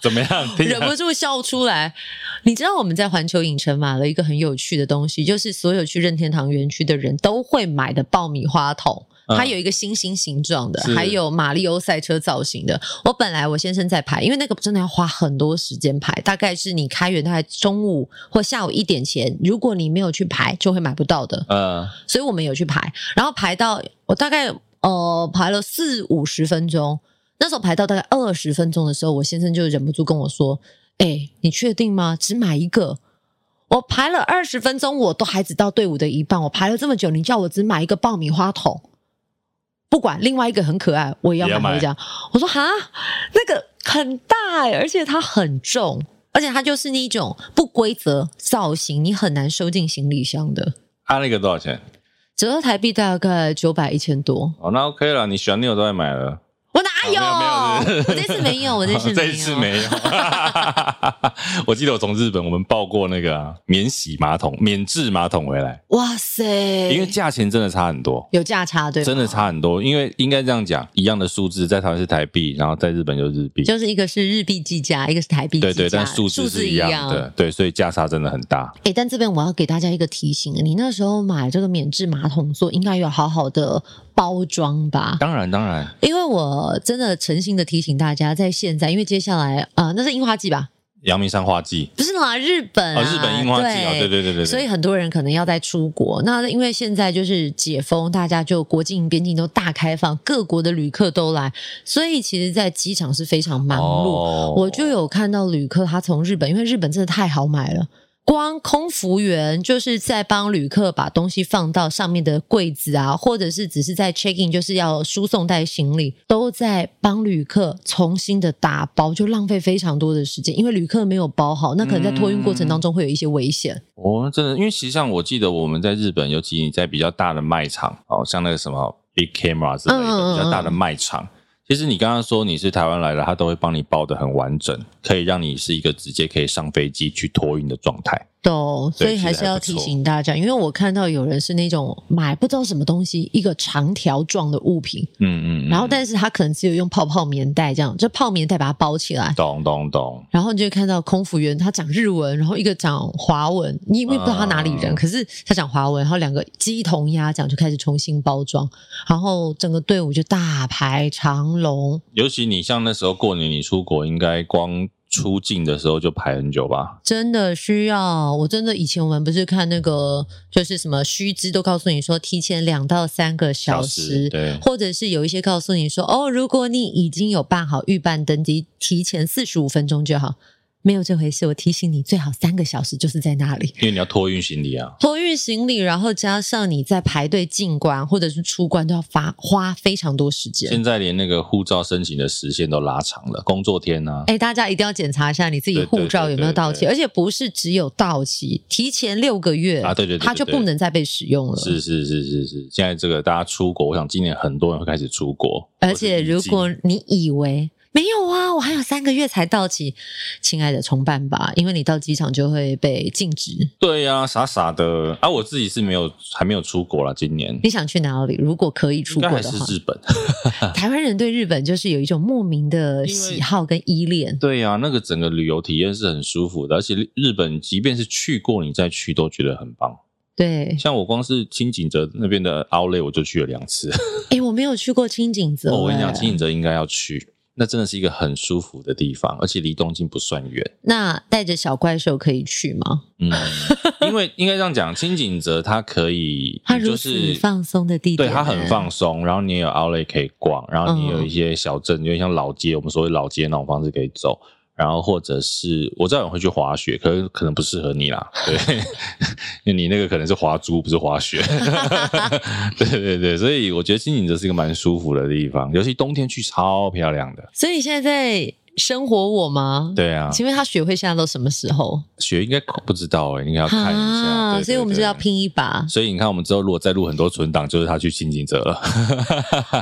Speaker 1: 怎么样？？”听起
Speaker 2: 忍
Speaker 1: 来
Speaker 2: 不住笑出来。你知道我们在环球影城买了一个很有趣的东西，就是所有去任天堂园区的人都会买的爆米花
Speaker 1: 嗯
Speaker 2: 桶。它有一个星星形状的，
Speaker 1: 是
Speaker 2: 还有马里欧赛车造型的。我本来我先生在排，因为那个真的要花很多时间排，大概是你开园大概中午或下午一点前，如果你没有去排，就会买不到的。
Speaker 1: 嗯。
Speaker 2: 所以我们有去排，然后排到我大概呃排了四五十分钟，那时候排到大概二十分钟的时候，我先生就忍不住跟我说：“哎、你确定吗？只买一个？我排了二十分钟，我都还只到队伍的一半，我排了这么久，你叫我只买一个爆米花桶？”不管另外一个很可爱，我也要
Speaker 1: 也要
Speaker 2: 买回
Speaker 1: 买
Speaker 2: 家。我说哈，那个很大、欸，而且它很重，而且它就是那一种不规则造型，你很难收进行李箱的。
Speaker 1: 它、啊那个多少钱？
Speaker 2: 折合台币大概九百一千多，
Speaker 1: 哦，那 OK 了，你喜欢你有都在买了，
Speaker 2: 我哪有？
Speaker 1: 啊哦没有没有
Speaker 2: 我这次 没有，我这次哦没
Speaker 1: 哦
Speaker 2: 有，
Speaker 1: 这一次没有。 我记得我从日本我们抱过那个啊、免洗马桶、免治马桶回来，
Speaker 2: 哇塞，
Speaker 1: 因为价钱真的差很多。
Speaker 2: 有价差对吗，
Speaker 1: 真的差很多，因为应该这样讲，一样的数字在台湾是台币，然后在日本就是日币，
Speaker 2: 就是一个是日币计价，一个是台币计
Speaker 1: 对
Speaker 2: 价，
Speaker 1: 对，但
Speaker 2: 数
Speaker 1: 数字是
Speaker 2: 一
Speaker 1: 一样的，。对，所以价差真的很大。
Speaker 2: 哎、但这边我要给大家一个提醒，你那时候买这个免治马桶座，应该有好好的包装吧？
Speaker 1: 当然，当然，
Speaker 2: 因为我真的诚心的提醒大家，在现在，因为接下来啊、呃那是樱花季吧？
Speaker 1: 阳明山花季
Speaker 2: 不是啦，日本、
Speaker 1: 哦，
Speaker 2: 啊
Speaker 1: 日本樱花季哦，对对对对
Speaker 2: 所以
Speaker 1: 对，
Speaker 2: 很多人可能要在出国。那因为现在就是解封，大家就国境边境都大开放，各国的旅客都来，所以其实，在机场是非常忙碌。
Speaker 1: 哦
Speaker 2: 我就有看到旅客他从日本，因为日本真的太好买了。光空服员就是在帮旅客把东西放到上面的柜子啊，或者是只是在 check in，就是要输送带行李，都在帮旅客重新的打包，就浪费非常多的时间，因为旅客没有包好，那可能在托运过程当中会有一些危险。
Speaker 1: 哦，真的，因为其实像我记得我们在日本，尤其你在比较大的卖场，哦，像那个什么 Big Camera 之类的
Speaker 2: 嗯嗯嗯
Speaker 1: 比较大的卖场，其实你刚刚说你是台湾来的，他都会帮你包的很完整，可以让你是一个直接可以上飞机去托运的状态。
Speaker 2: 懂，所
Speaker 1: 对
Speaker 2: 以
Speaker 1: 其实
Speaker 2: 还是
Speaker 1: 还
Speaker 2: 要
Speaker 1: 不错
Speaker 2: 提醒大家，因为我看到有人是那种买不知道什么东西，一个长条状的物品，
Speaker 1: 嗯嗯，嗯
Speaker 2: 然后但是他可能只有用泡泡棉袋这样，这泡棉袋把它包起来，
Speaker 1: 懂懂懂，
Speaker 2: 然后你就会看到空服员他讲日文，然后一个讲华文，你也不知道他哪里人，
Speaker 1: 嗯
Speaker 2: 可是他讲华文，然后两个鸡同鸭讲就开始重新包装，然后整个队伍就大排长龙，
Speaker 1: 尤其你像那时候过年，你出国应该光出境的时候就排很久吧？
Speaker 2: 真的需要，我真的以前我们不是看那个就是什么须知都告诉你说提前两到三个小时，
Speaker 1: 对，
Speaker 2: 或者是有一些告诉你说哦，如果你已经有办好预办登机，提前四十五分钟就好。没有这回事，我提醒你最好三个小时就是在那里。
Speaker 1: 因为你要托运行李啊。
Speaker 2: 托运行李，然后加上你在排队进关或者是出关都要发花非常多时间。
Speaker 1: 现在连那个护照申请的时限都拉长了，工作天啊，
Speaker 2: 哎，大家一定要检查一下你自己护照有没有到
Speaker 1: 对对
Speaker 2: 期，
Speaker 1: 对对对
Speaker 2: 而且不是只有到期，提前六个月
Speaker 1: 啊对对对对
Speaker 2: 它就不能再被使用了。
Speaker 1: 是是是是是，现在这个大家出国，我想今年很多人会开始出国，
Speaker 2: 而且如
Speaker 1: 或
Speaker 2: 果
Speaker 1: 是
Speaker 2: 你以为没有啊，我还有三个月才到期，亲爱的，重办吧，因为你到机场就会被禁止。
Speaker 1: 对呀、傻傻的啊，我自己是没有还没有出国啦，今年
Speaker 2: 你想去哪里？如果可以出
Speaker 1: 应
Speaker 2: 国
Speaker 1: 该还
Speaker 2: 的
Speaker 1: 是
Speaker 2: 话，
Speaker 1: 日本。
Speaker 2: 台湾人对日本就是有一种莫名的喜好跟依恋。
Speaker 1: 对呀、那个整个旅游体验是很舒服的，而且日日本即便是去过，你再去都觉得很棒。
Speaker 2: 对，
Speaker 1: 像我光是清景泽那边的 Outlet 我就去了两次。
Speaker 2: 诶，哎我没有去过清景泽、 欸
Speaker 1: 哦我跟你
Speaker 2: 诶
Speaker 1: 讲，清景泽应该要去，那真的是一个很舒服的地方，而且离东京不算远。
Speaker 2: 那带着小怪兽可以去吗？
Speaker 1: 嗯，因为应该这样讲，清景泽它可以，
Speaker 2: 它如
Speaker 1: 就
Speaker 2: 此
Speaker 1: 是
Speaker 2: 放松的地点
Speaker 1: 对
Speaker 2: 呢、嗯
Speaker 1: 它很放松，然后你也有 Outlet 可以逛，然后你也有一些小镇，有点像老街，我们所谓老街那种方式可以走。然后或者是我知道有人会去滑雪，可是可能不适合你啦， 对，因为你那个可能是滑猪，不是滑雪。对对对，所以我觉得清景泽是一个蛮舒服的地方，尤其冬天去超漂亮的。
Speaker 2: 所以你现在在生活我吗？。
Speaker 1: 对啊，
Speaker 2: 请问他学会现在都什么时候
Speaker 1: 雪应该不知道哎、欸，应该要看一下。对对
Speaker 2: 啊所以我们就
Speaker 1: 对
Speaker 2: 要拼 一把
Speaker 1: 所以你看，我们之后如果再录很多存档，就是他去清景泽了。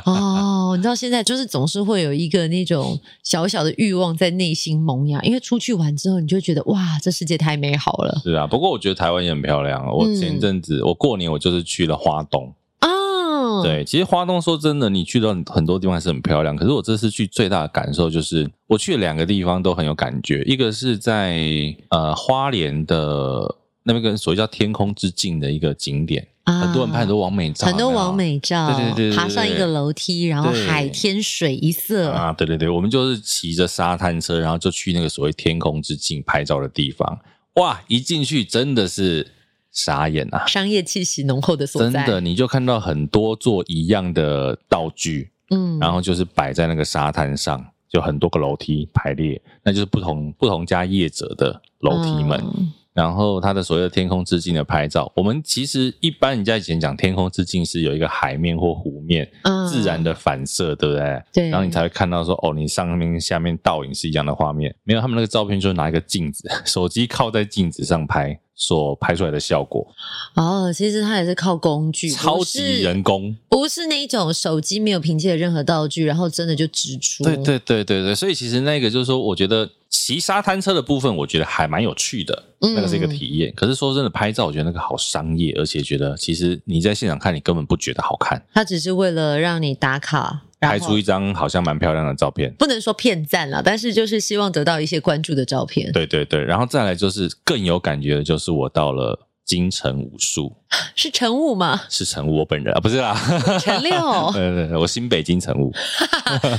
Speaker 2: 哦。你知道现在就是总是会有一个那种小小的欲望在内心萌芽，因为出去玩之后，你就觉得哇，这世界太美好了
Speaker 1: 是啊，不过我觉得台湾也很漂亮。啊我
Speaker 2: 嗯
Speaker 1: 前阵子、我过年我就是去了花东，
Speaker 2: 啊！，
Speaker 1: 对，其实花东说真的，你去到很多地方还是很漂亮。可是我这次去最大的感受就是，我去了两个地方都很有感觉，一个是在呃花莲的。那边个所谓叫天空之境的一个景点，
Speaker 2: 啊
Speaker 1: 很多人拍很多完美照，
Speaker 2: 很多
Speaker 1: 有没有
Speaker 2: 完美照，
Speaker 1: 对对对对对
Speaker 2: 爬上一个楼梯，然后
Speaker 1: 对
Speaker 2: 海天水一色，
Speaker 1: 啊，对对对，我们就是骑着沙滩车，然后就去那个所谓天空之境拍照的地方。哇，一进去真的是傻眼啊！
Speaker 2: 商业气息浓厚的所
Speaker 1: 真
Speaker 2: 在。
Speaker 1: 的，你就看到很多座一样的道具，
Speaker 2: 嗯，
Speaker 1: 然后就是摆在那个沙滩上，就很多个楼梯排列，那就是不同不同家业者的楼梯们。
Speaker 2: 嗯
Speaker 1: 然后它的所谓的天空之镜的拍照，我们其实一般人家以前讲天空之镜是有一个海面或湖面
Speaker 2: 嗯
Speaker 1: 自然的反射，对不对？
Speaker 2: 对
Speaker 1: 然后你才会看到说，哦，你上面下面倒影是一样的画面。没有，他们那个照片就是拿一个镜子，手机靠在镜子上拍所拍出来的效果，
Speaker 2: 哦，其实它也是靠工具，
Speaker 1: 超
Speaker 2: 不
Speaker 1: 级
Speaker 2: 是
Speaker 1: 人工。
Speaker 2: 不是那一种手机没有凭借任何道具，然后真的就直出。
Speaker 1: 对对对对对，所以其实那个就是说，我觉得骑沙滩车的部分，我觉得还蛮有趣的，
Speaker 2: 嗯
Speaker 1: 那个是一个体验。可是说真的，拍照我觉得那个好商业，而且觉得其实你在现场看，你根本不觉得好看，
Speaker 2: 它只是为了让你打卡，然
Speaker 1: 拍
Speaker 2: 后
Speaker 1: 出一张好像蛮漂亮的照片。
Speaker 2: 不能说骗赞啦，但是就是希望得到一些关注的照片。
Speaker 1: 对对对，然后再来就是更有感觉的，就是我到了金城武术，？
Speaker 2: 是陈武吗
Speaker 1: 是城武我本人啊，不是啦，
Speaker 2: 陈六，
Speaker 1: 对对对，我新北京城武，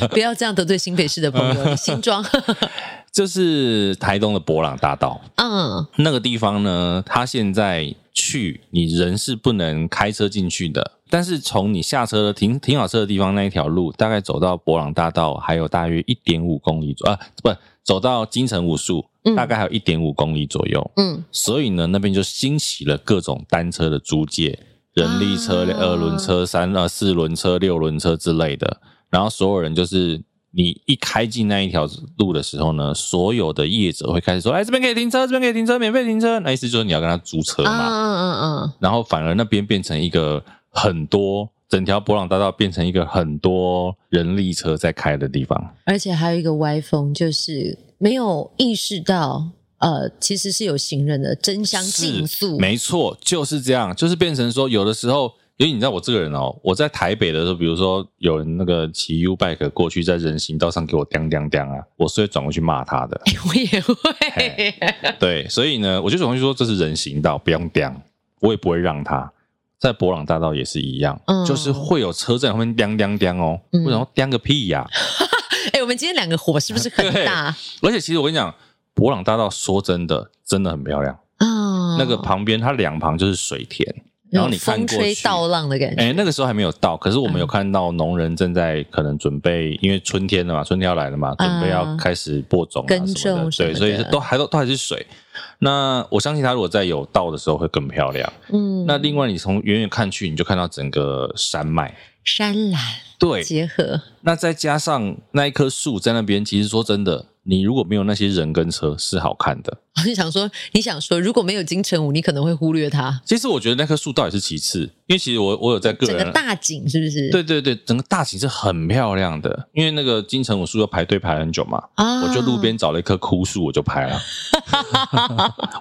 Speaker 2: 不要这样得罪新北市的朋 友，新庄。
Speaker 1: 就是台东的博朗大道。
Speaker 2: 嗯，
Speaker 1: 那个地方呢，它现在去你人是不能开车进去的，但是从你下车的停停好车的地方那一条路，大概走到博朗大道，还有大约一点五公里左啊，不走到金城武术
Speaker 2: 嗯，
Speaker 1: 大概还有一点五公里左右。
Speaker 2: 嗯，
Speaker 1: 所以呢，那边就兴起了各种单车的租借，人力车、
Speaker 2: 啊
Speaker 1: 二轮车、三呃四轮车、六轮车之类的。然后所有人就是你一开进那一条路的时候呢，所有的业者会开始说：“哎，这边可以停车，这边可以停车，免费停车。”那意思就是你要跟他租车
Speaker 2: 嗯
Speaker 1: 嘛。
Speaker 2: 嗯嗯
Speaker 1: 然后反而那边变成一个很多整条博朗大道变成一个很多人力车在开的地方。
Speaker 2: 而且还有一个歪风，就是没有意识到，呃，其实是有行人的争相竞速。
Speaker 1: 没错，就是这样，就是变成说，有的时候，因为你知道我这个人哦，我在台北的时候，比如说有人那个骑 U bike 过去，在人行道上给我叮叮叮啊，我是会转过去骂他 的。
Speaker 2: 我也会
Speaker 1: 嘿，对，所以呢，我就转过去说这是人行道，不用叮，我也不会让他。在博朗大道也是一样，
Speaker 2: 嗯
Speaker 1: 就是会有车在后面叮叮叮哦，
Speaker 2: 嗯
Speaker 1: 为什么叮个屁呀、
Speaker 2: 哎、我们今天两个火是不是很大
Speaker 1: 而且其实我跟你讲，博朗大道说真的，真的很漂亮。
Speaker 2: 啊？
Speaker 1: 那个旁边它两旁就是水田，然后你看
Speaker 2: 风
Speaker 1: 过去
Speaker 2: 吹稻浪的感觉，
Speaker 1: 哎、那个时候还没有到，可是我们有
Speaker 2: 嗯
Speaker 1: 看到农人正在可能准备，因为春天了嘛，春天要来了嘛，准备要开始播种、啊、
Speaker 2: 嗯耕
Speaker 1: 什么
Speaker 2: 种
Speaker 1: 的，
Speaker 2: 什么
Speaker 1: 对，
Speaker 2: 的
Speaker 1: 所以是都还都都还是水。那我相信它如果在有到的时候会更漂亮。
Speaker 2: 嗯，
Speaker 1: 那另外你从远远看去，你就看到整个山脉，
Speaker 2: 山岚
Speaker 1: 对，
Speaker 2: 结合，
Speaker 1: 那再加上那一棵树在那边，其实说真的，你如果没有那些人跟车是好看的。
Speaker 2: 我就想说，你想说，如果没有金城武，你可能会忽略他
Speaker 1: 其实我觉得那棵树倒也是其次，因为其实我我有在个
Speaker 2: 整
Speaker 1: 人
Speaker 2: 个大景，是不是？
Speaker 1: 啊对对对，整个大景是很漂亮的，因为那个金城武术要排队排很久嘛，
Speaker 2: 啊，
Speaker 1: 我就路边找了一棵枯树，我就拍 了。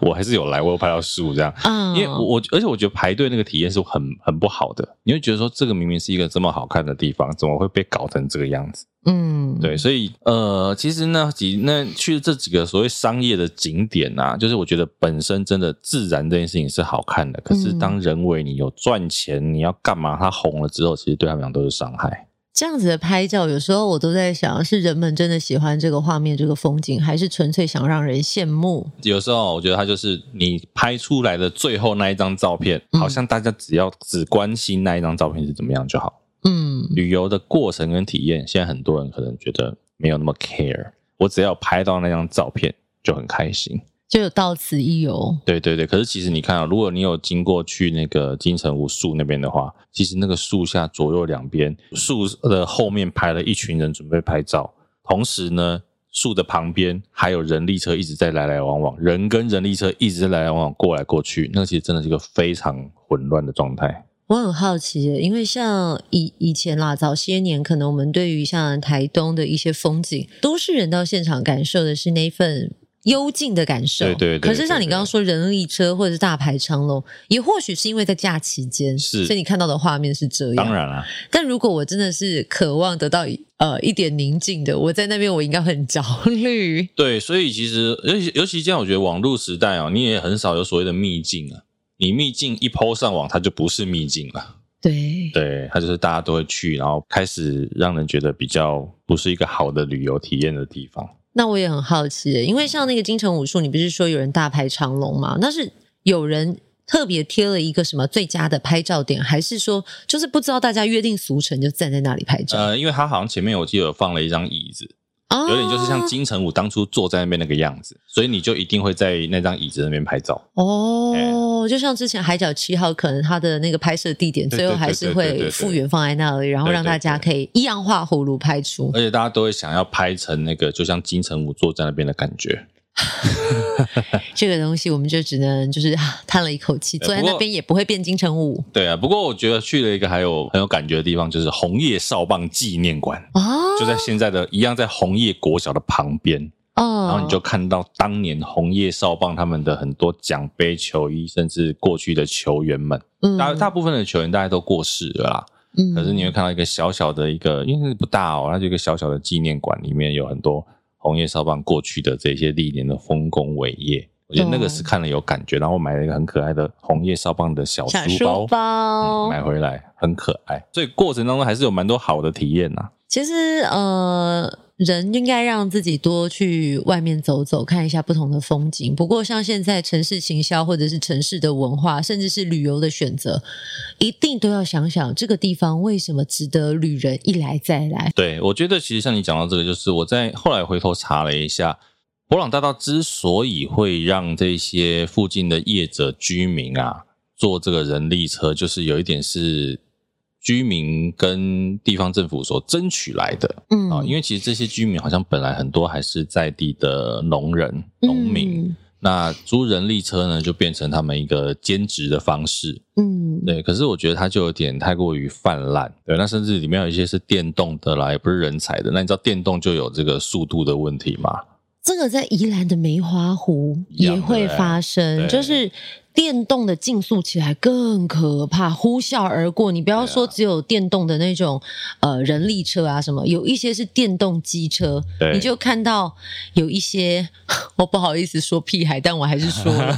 Speaker 1: 我还是有来，我有拍到树这样。
Speaker 2: 啊，
Speaker 1: 因为我我而且我觉得排队那个体验是很很不好的，你会觉得说这个明明是一个这么好看的地方，怎么会被搞成这个样子？
Speaker 2: 嗯，
Speaker 1: 对，所以呃，其实那几那去这几个所谓商业的景点啊，就是我觉得本身真的自然这件事情是好看的，可是
Speaker 2: 嗯
Speaker 1: 当人为你有赚钱，你要干嘛？它红了之后，其实对他们俩都是伤害。
Speaker 2: 这样子的拍照，有时候我都在想，是人们真的喜欢这个画面、这个风景，还是纯粹想让人羡慕？
Speaker 1: 有时候我觉得它就是你拍出来的最后那一张照片，
Speaker 2: 嗯
Speaker 1: 好像大家只要只关心那一张照片是怎么样就好。
Speaker 2: 嗯，
Speaker 1: 旅游的过程跟体验，现在很多人可能觉得没有那么 care，我只要拍到那张照片就很开心。
Speaker 2: 就有到此一游。
Speaker 1: 对对对，可是其实你看啊，如果你有经过去那个金城武树那边的话，其实那个树下左右两边树的后面排了一群人准备拍照，同时呢，树的旁边还有人力车一直在来来往往，人跟人力车一直在来来往往过来过去，那其实真的是一个非常混乱的状态。
Speaker 2: 我很好奇耶，因为像以以前啦，早些年可能我们对于像台东的一些风景，都市人到现场感受的是那一份幽静的感受。
Speaker 1: 对对对
Speaker 2: 可是像你
Speaker 1: 对对
Speaker 2: 刚刚说人力车或者是大排长龙，也或许是因为在假期间，
Speaker 1: 是
Speaker 2: 所以你看到的画面是这样。
Speaker 1: 当然啦、
Speaker 2: 但如果我真的是渴望得到一呃一点宁静的，我在那边我应该很焦虑。
Speaker 1: 对，所以其实尤其尤其这样，我觉得网络时代哦，你也很少有所谓的秘境啊，你秘境一抛上网，它就不是秘境了。
Speaker 2: 对，
Speaker 1: 对，它就是大家都会去，然后开始让人觉得比较不是一个好的旅游体验的地方。
Speaker 2: 那我也很好奇欸耶，因为像那个金城武术，你不是说有人大排长龙吗？那是有人特别贴了一个什么最佳的拍照点，还是说就是不知道大家约定俗成就站在那里拍照？
Speaker 1: 呃，因为它好像前面我记得有放了一张椅子，
Speaker 2: 哦
Speaker 1: 呃有点就是像金城武当初坐在那边那个样子，所以你就一定会在那张椅子那边拍照。
Speaker 2: 哦，就像之前《海角七号》，可能它的那个拍摄地点
Speaker 1: 对
Speaker 2: 最后还是
Speaker 1: 对对对对
Speaker 2: 会
Speaker 1: 对
Speaker 2: 复原放在那里，然后让大家可以一样画葫芦拍出
Speaker 1: 而。且大家都会想要拍成那个，就像金城武坐在那边的感觉。
Speaker 2: 这个东西我们就只能就是啊叹了一口气，
Speaker 1: 对
Speaker 2: 坐在
Speaker 1: 呃不
Speaker 2: 那
Speaker 1: 过
Speaker 2: 边也不会变金城武
Speaker 1: 对啊，不过我觉得去了一个还有很有感觉的地方，就是红叶少棒纪念馆，
Speaker 2: 哦。
Speaker 1: 就在现在的一样在红叶国小的旁边。
Speaker 2: 哦，
Speaker 1: 然后你就看到当年红叶少棒他们的很多奖杯球衣，甚至过去的球员们，
Speaker 2: 嗯
Speaker 1: 大大部分的球员大概都过世了啦。
Speaker 2: 嗯
Speaker 1: 可是你会看到一个小小的一个，因为不大哦，它就一个小小的纪念馆，里面有很多红叶少棒过去的这些历年的丰功伟业。我觉得那个是看了有感觉，然后我买了一个很可爱的红叶少棒的小
Speaker 2: 小
Speaker 1: 书
Speaker 2: 书
Speaker 1: 包，
Speaker 2: 包
Speaker 1: 嗯，买回来很可爱。所以过程当中还是有蛮多好的体验呐、
Speaker 2: 其实呃，人应该让自己多去外面走走，看一下不同的风景。不过，像现在城市行销或者是城市的文化，甚至是旅游的选择，一定都要想想这个地方为什么值得旅人一来再来。
Speaker 1: 对，我觉得其实像你讲到这个，就是我在后来回头查了一下，博朗大道之所以会让这些附近的业者居民啊坐这个人力车，就是有一点是居民跟地方政府所争取来的
Speaker 2: 嗯
Speaker 1: 啊，因为其实这些居民好像本来很多还是在地的农人、农
Speaker 2: 嗯
Speaker 1: 民，那租人力车呢就变成他们一个兼职的方式。
Speaker 2: 嗯，嗯，
Speaker 1: 对，可是我觉得它就有点太过于泛滥，对，那甚至里面有一些是电动的啦，也不是人才的。那你知道电动就有这个速度的问题嘛？
Speaker 2: 这个在宜兰的梅花湖
Speaker 1: 一样
Speaker 2: 也
Speaker 1: 的
Speaker 2: 会发生，
Speaker 1: 对
Speaker 2: 就是电动的竞速起来更可怕，呼啸而过。你不
Speaker 1: 啊
Speaker 2: 要说只有电动的那种、呃人力车啊什么，有一些是电动机车，
Speaker 1: 对
Speaker 2: 你就看到有一些， 我不好意思说屁孩，但我还是 说了，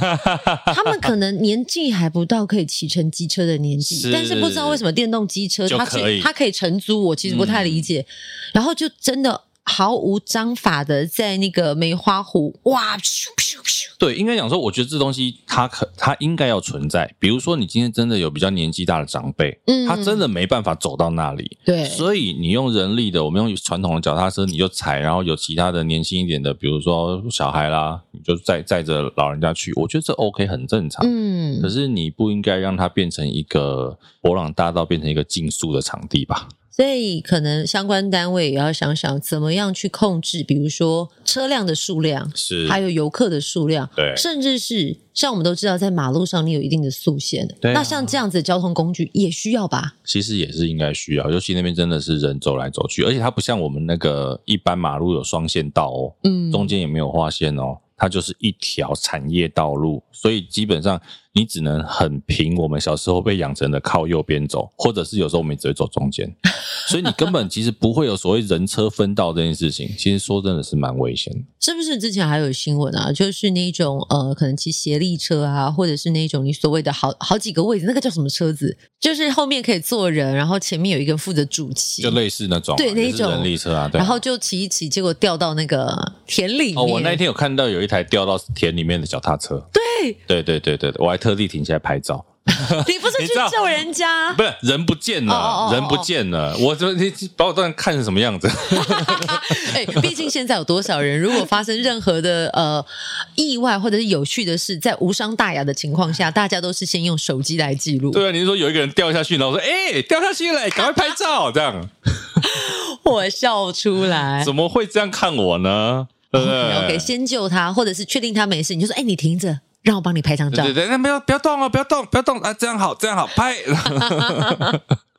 Speaker 2: 他们可能年纪还不到可以骑乘机车的年纪，
Speaker 1: 是
Speaker 2: 但是不知道为什么电动机车
Speaker 1: 就
Speaker 2: 它
Speaker 1: 可
Speaker 2: 是
Speaker 1: 以
Speaker 2: 它可以承租，我其实不
Speaker 1: 嗯
Speaker 2: 太理解。然后就真的毫无章法的在那个梅花湖，哇，咻咻咻，
Speaker 1: 对，应该讲说，我觉得这东西它可它应该要存在。比如说，你今天真的有比较年纪大的长辈，
Speaker 2: 嗯
Speaker 1: 他真的啊没办法走到那里，
Speaker 2: 对，
Speaker 1: 所以你用人力的，我们用传统的脚踏车，你就踩，然后有其他的年轻一点的，比如说小孩啦，你就载载着老人家去，我觉得这 OK 很正常。可
Speaker 2: 嗯，
Speaker 1: 是你不应该让它变成一个博朗大道变成一个竞速的场地吧？
Speaker 2: 所以可能相关单位也要想想怎么样去控制，比如说车辆的数量，
Speaker 1: 是
Speaker 2: 还有游客的数量，
Speaker 1: 对
Speaker 2: 甚至是像我们都知道，在马路上你有一定的速限，
Speaker 1: 对啊
Speaker 2: 那像这样子的交通工具也需要吧？
Speaker 1: 其实也是应该需要，尤其那边真的是人走来走去，而且它不像我们那个一般马路有双线道哦，
Speaker 2: 嗯，
Speaker 1: 中间也没有划线哦，它就是一条产业道路，所以基本上你只能很平我们小时候被养成的靠右边走，或者是有时候我们只会走中间，所以你根本其实不会有所谓人车分道这件事情，其实说真的是蛮危险的。
Speaker 2: 是不是之前还有新闻啊？就是那种呃，可能骑斜力车啊，或者是那种你所谓的好好几个位置，那个叫什么车子？就是后面可以坐人，然后前面有一个人负责主骑
Speaker 1: 就，类似那种啊，
Speaker 2: 对那
Speaker 1: 也是
Speaker 2: 种
Speaker 1: 人力车啊，对啊。
Speaker 2: 然后就骑一骑，结果掉到那个田里面。
Speaker 1: 哦，我那一天有看到有一台掉到田里面的脚踏车，
Speaker 2: 对
Speaker 1: 对对对对，对我还特地停下来拍照，
Speaker 2: 你不是
Speaker 1: 你
Speaker 2: 去
Speaker 1: 知道
Speaker 2: 救人 家？
Speaker 1: 不是人不见了，
Speaker 2: 哦哦哦哦
Speaker 1: 人不见了，我怎么你你把我当成看成什么样子？
Speaker 2: 哎，毕竟现在有多少人，如果发生任何的呃意外或者是有趣的事，在无伤大雅的情况下，大家都是先用手机来记录。
Speaker 1: 对啊，你是说有一个人掉下去，然后我说哎、掉下去了，赶快拍照，这 样
Speaker 2: 我笑出来。
Speaker 1: 怎么会这样看我 呢？对不
Speaker 2: OK，,
Speaker 1: 对？
Speaker 2: 先救他，或者是确定他没事，你就说：“哎、你停着，让我帮你拍张
Speaker 1: 对
Speaker 2: 照。
Speaker 1: 对对，那不要不要动哦，不要动，不要动啊！这样好，这样好， 拍。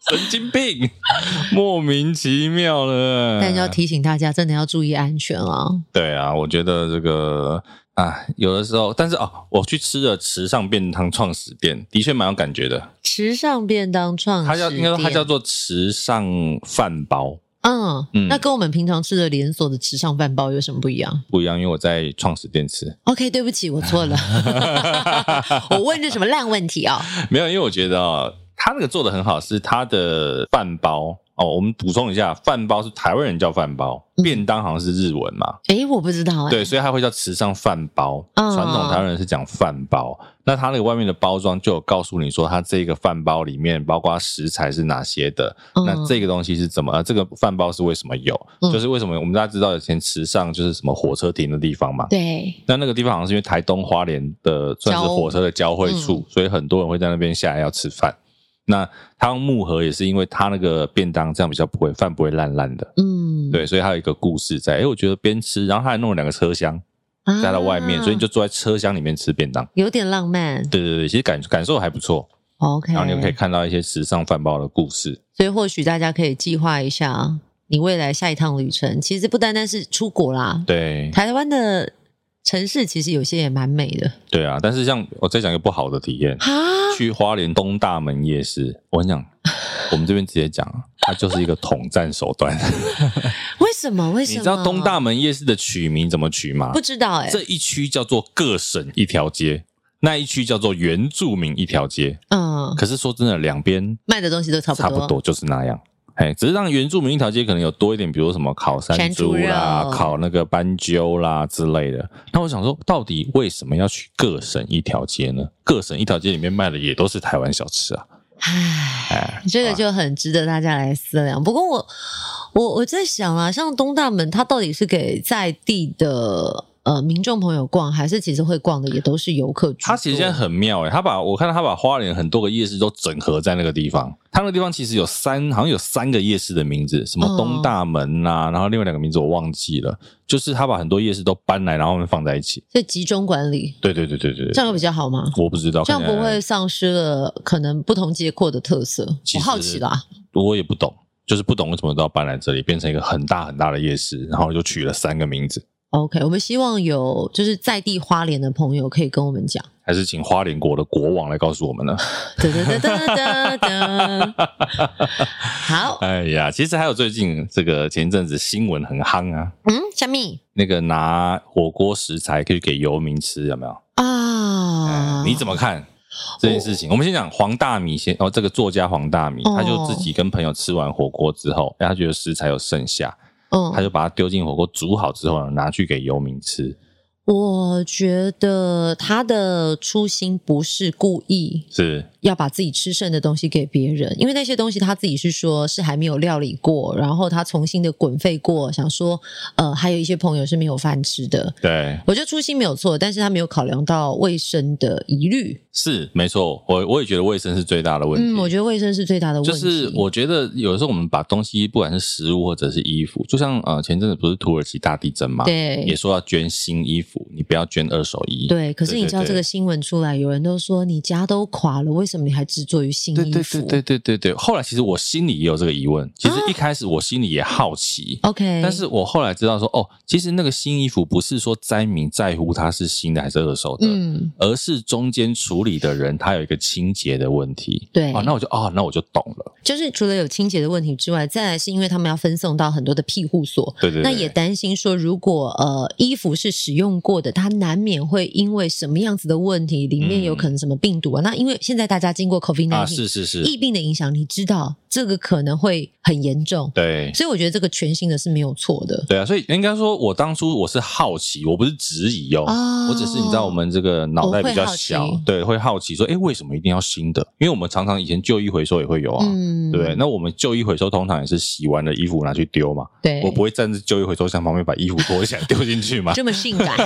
Speaker 1: 神经病， 莫名其妙了。
Speaker 2: 但是要提醒大家，真的要注意安全啊！
Speaker 1: 对啊，我觉得这个啊，有的时候，但是哦，我去吃了池上便当创始店，的确蛮有感觉的。
Speaker 2: 池上便当创始
Speaker 1: 它叫应该说它
Speaker 2: 店
Speaker 1: 叫做池上饭包，
Speaker 2: 嗯
Speaker 1: 嗯
Speaker 2: 那跟我们平常吃的连锁的池上饭包有什么不一 样
Speaker 1: 不一样，因为我在创始店吃，
Speaker 2: ？OK，对不起，我错了，我问这什么烂问题啊、
Speaker 1: 没有，因为我觉得哦，它那个做的很好，是它的饭包哦，我们补充一下，饭包是台湾人叫饭包，
Speaker 2: 嗯
Speaker 1: 便当好像是日文嘛，
Speaker 2: 哎，我不知道哎、
Speaker 1: 对，所以它会叫时尚饭包。
Speaker 2: 嗯
Speaker 1: 传统台湾人是讲饭包，那它那个外面的包装就有告诉你说，它这个饭包里面包括食材是哪些的，
Speaker 2: 嗯
Speaker 1: 那这个东西是怎么，呃这个饭包是为什么有，
Speaker 2: 嗯
Speaker 1: 就是为什么我们大家知道以前池上就是什么火车停的地方嘛。
Speaker 2: 对，
Speaker 1: 那那个地方好像是因为台东花莲的算是
Speaker 2: 交
Speaker 1: 火车的交汇处，所以很多人会在那边下来要吃饭。那它用木盒也是因为它那个便当这样比较不会饭不会烂烂的，
Speaker 2: 嗯，
Speaker 1: 对，所以它有一个故事在。哎，我觉得边吃，然后它还弄了两个车厢，
Speaker 2: 啊，
Speaker 1: 在到外面，所以你就坐在车厢里面吃便当。
Speaker 2: 有点浪漫。
Speaker 1: 对对对，其实感感受还不错，
Speaker 2: OK，
Speaker 1: 然后你就可以看到一些时尚饭包的故事。
Speaker 2: 所以或许大家可以计划一下你未来下一趟旅程。其实不单单是出国啦，
Speaker 1: 对
Speaker 2: 台湾的城市其实有些也蛮美的
Speaker 1: 对啊，但是像我再讲一个不好的体验，
Speaker 2: 啊。
Speaker 1: 去花莲东大门夜市，我跟你讲，我们这边直接讲啊，它就是一个统战手段。
Speaker 2: 为什么？为什
Speaker 1: 你
Speaker 2: 么？
Speaker 1: 知道东大门夜市的取名怎么取吗
Speaker 2: 不？知道哎、
Speaker 1: 这一区叫做各省一条街，那一区叫做原住民一条街。
Speaker 2: 嗯，
Speaker 1: 可是说真的，两边
Speaker 2: 卖的东西都差不
Speaker 1: 差
Speaker 2: 多，
Speaker 1: 不多就是那样。哎，只是让原住民一条街可能有多一点，比如说什么烤山猪
Speaker 2: 山
Speaker 1: 啦
Speaker 2: 猪、肉
Speaker 1: 烤那个斑鸠啦之类的。那我想说，到底为什么要去各省一条街呢？各省一条街里面卖的也都是台湾小吃啊。
Speaker 2: 唉
Speaker 1: 哎，
Speaker 2: 这个就很值得大家来思量。不过我我我在想啊，像东大门，它到底是给在地的呃民众朋友逛，还是其实会逛的也都是游客居多？
Speaker 1: 它其实现在很妙哎、欸，它把我看到它把花莲很多个夜市都整合在那个地方。它那个地方其实有三，好像有三个夜市的名字，什么
Speaker 2: 嗯
Speaker 1: 东大门啦、然后另外两个名字我忘记了。就是它把很多夜市都搬来，然后它们放在一起。
Speaker 2: 所以集中管理
Speaker 1: 对对对对对
Speaker 2: 这
Speaker 1: 对，
Speaker 2: 样会比较好吗？
Speaker 1: 我不知道，
Speaker 2: 这样
Speaker 1: 看起
Speaker 2: 不
Speaker 1: 来
Speaker 2: 会丧失了可能不同街廓的特色。
Speaker 1: 其
Speaker 2: 我
Speaker 1: 实
Speaker 2: 好奇啦，
Speaker 1: 我也不懂，就是不懂为什么都要搬来这里，变成一个很大很大的夜市，然后就取了三个名字，
Speaker 2: OK，我们希望有就是在地花莲的朋友可以跟我们讲。
Speaker 1: 还是请花莲国的国王来告诉我们呢？
Speaker 2: 噔噔噔噔噔噔，好，
Speaker 1: 哎呀，其实还有最近这个前一阵子新闻很夯啊，
Speaker 2: 嗯，小米
Speaker 1: 那个拿火锅食材可以给游民吃，有没有？
Speaker 2: 啊
Speaker 1: 哎，你怎么看？这件事情，我们先讲黄大米先。哦，这个作家黄大米，
Speaker 2: 哦
Speaker 1: 他就自己跟朋友吃完火锅之后，哎他觉得食材有剩下，
Speaker 2: 嗯
Speaker 1: 他就把它丢进火锅煮好之后呢，拿去给游民吃，
Speaker 2: 我觉得他的初心不是故意
Speaker 1: 是
Speaker 2: 要把自己吃剩的东西给别人，因为那些东西他自己是说是还没有料理过，然后他重新的滚沸过，想说呃还有一些朋友是没有饭吃的。
Speaker 1: 对。
Speaker 2: 我觉得初心没有错，但是他没有考量到卫生的疑虑。
Speaker 1: 是没错，我我也觉得卫生是最大的问题。
Speaker 2: 嗯，我觉得卫生是最大的问题。
Speaker 1: 就是我觉得有时候我们把东西，不管是食物或者是衣服，就像呃前阵子不是土耳其大地震嘛，也
Speaker 2: 对
Speaker 1: 说要捐新衣服，你不要捐二手衣。
Speaker 2: 对，可是你知道
Speaker 1: 对对
Speaker 2: 这个新闻出来，有人都说你家都垮了，为什么你还执着于新
Speaker 1: 对
Speaker 2: 衣
Speaker 1: 对
Speaker 2: 服？
Speaker 1: 对对对对对。后来其实我心里也有这个疑问，其实一开始我心里也好奇。
Speaker 2: 啊哦 OK，
Speaker 1: 但是我后来知道说，哦，其实那个新衣服不是说灾民在乎它是新的还是二手的，
Speaker 2: 嗯，
Speaker 1: 而是中间处理的人他有一个清洁的问题。
Speaker 2: 对
Speaker 1: 哦，那我就哦，那我就懂了。
Speaker 2: 就是除了有清洁的问题之外，再来是因为他们要分送到很多的庇护所，
Speaker 1: 对对对。
Speaker 2: 那也担心说，如果呃衣服是使用过的，它难免会因为什么样子的问题，里面
Speaker 1: 嗯
Speaker 2: 有可能什么病毒啊？那因为现在大家经过 COVID
Speaker 1: 啊，
Speaker 2: 19、
Speaker 1: 是是是，
Speaker 2: 疫病的影响，你知道这个可能会很严重，
Speaker 1: 对
Speaker 2: 所以我觉得这个全新的是没有错的。
Speaker 1: 对啊，所以应该说，我当初我是好奇，我不是质疑哦，
Speaker 2: 哦
Speaker 1: 我只是你知道我们这个脑袋比较小
Speaker 2: 我会好奇，
Speaker 1: 对，会好奇说，诶，为什么一定要新的？因为我们常常以前旧衣回收也会有啊，
Speaker 2: 嗯，
Speaker 1: 对不对？那我们旧衣回收通常也是洗完的衣服拿去丢嘛，
Speaker 2: 对，
Speaker 1: 我不会啊站在旧衣回收箱旁边把衣服脱起来 丢进去嘛。
Speaker 2: 这么 性感，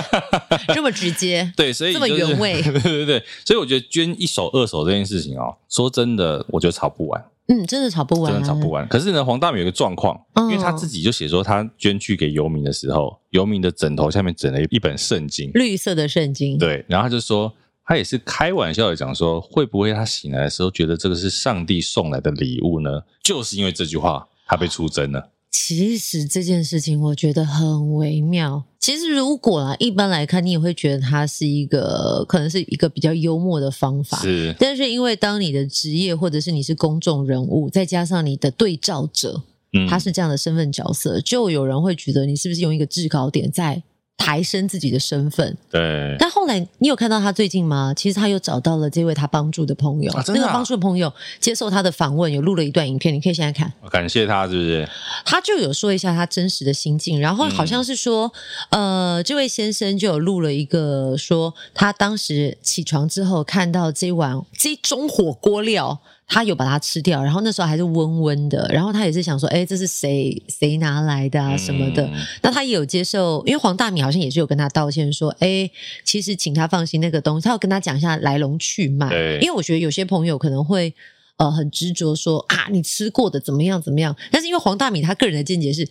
Speaker 2: 这么直接，
Speaker 1: 对，所以、
Speaker 2: 这
Speaker 1: 就
Speaker 2: 么
Speaker 1: 是、
Speaker 2: 原味
Speaker 1: 对对对，所以我觉得捐一手二手这件事情哦，说真的，我觉得吵不完，
Speaker 2: 嗯，真的吵不完、
Speaker 1: 真
Speaker 2: 啊，
Speaker 1: 的吵不完。可是呢，黄大米有一个状况，因
Speaker 2: 嗯
Speaker 1: 为他自己就写说，他捐去给游民的时候，游民的枕头下面枕了一本圣经，
Speaker 2: 绿色的圣经，
Speaker 1: 对，然后他就说，他也是开玩笑的讲说，会不会他醒来的时候觉得这个是上帝送来的礼物呢？就是因为这句话，他被出征了。
Speaker 2: 其实这件事情我觉得很微妙。其实如果啊，一般来看，你也会觉得它是一个可能是一个比较幽默的方法。
Speaker 1: 是，
Speaker 2: 但是因为当你的职业或者是你是公众人物，再加上你的对照者
Speaker 1: 嗯，
Speaker 2: 他是这样的身份角色，就有人会觉得你是不是用一个制高点在抬升自己的身份。
Speaker 1: 对，
Speaker 2: 但后来你有看到他最近吗？其实他又找到了这位他帮助的朋友，
Speaker 1: 啊真
Speaker 2: 那
Speaker 1: 的啊
Speaker 2: 个帮助的朋友接受他的访问，有录了一段影片，你可以现在看。
Speaker 1: 哦感谢他是不是？
Speaker 2: 他就有说一下他真实的心境，然后好像是说，
Speaker 1: 嗯
Speaker 2: 呃，这位先生就有录了一个说，他当时起床之后看到这碗这一盅火锅料，他有把它吃掉，然后那时候还是温温的，然后他也是想说，哎，这是谁谁拿来的啊什么的。
Speaker 1: 嗯
Speaker 2: 那他也有接受，因为黄大米好像也是有跟他道歉说，哎，其实请他放心那个东西，他有跟他讲一下来龙去脉
Speaker 1: 对，
Speaker 2: 因为我觉得有些朋友可能会。呃，很执着说啊，你吃过的怎么样怎么样？但是因为黄大米他个人的见解是，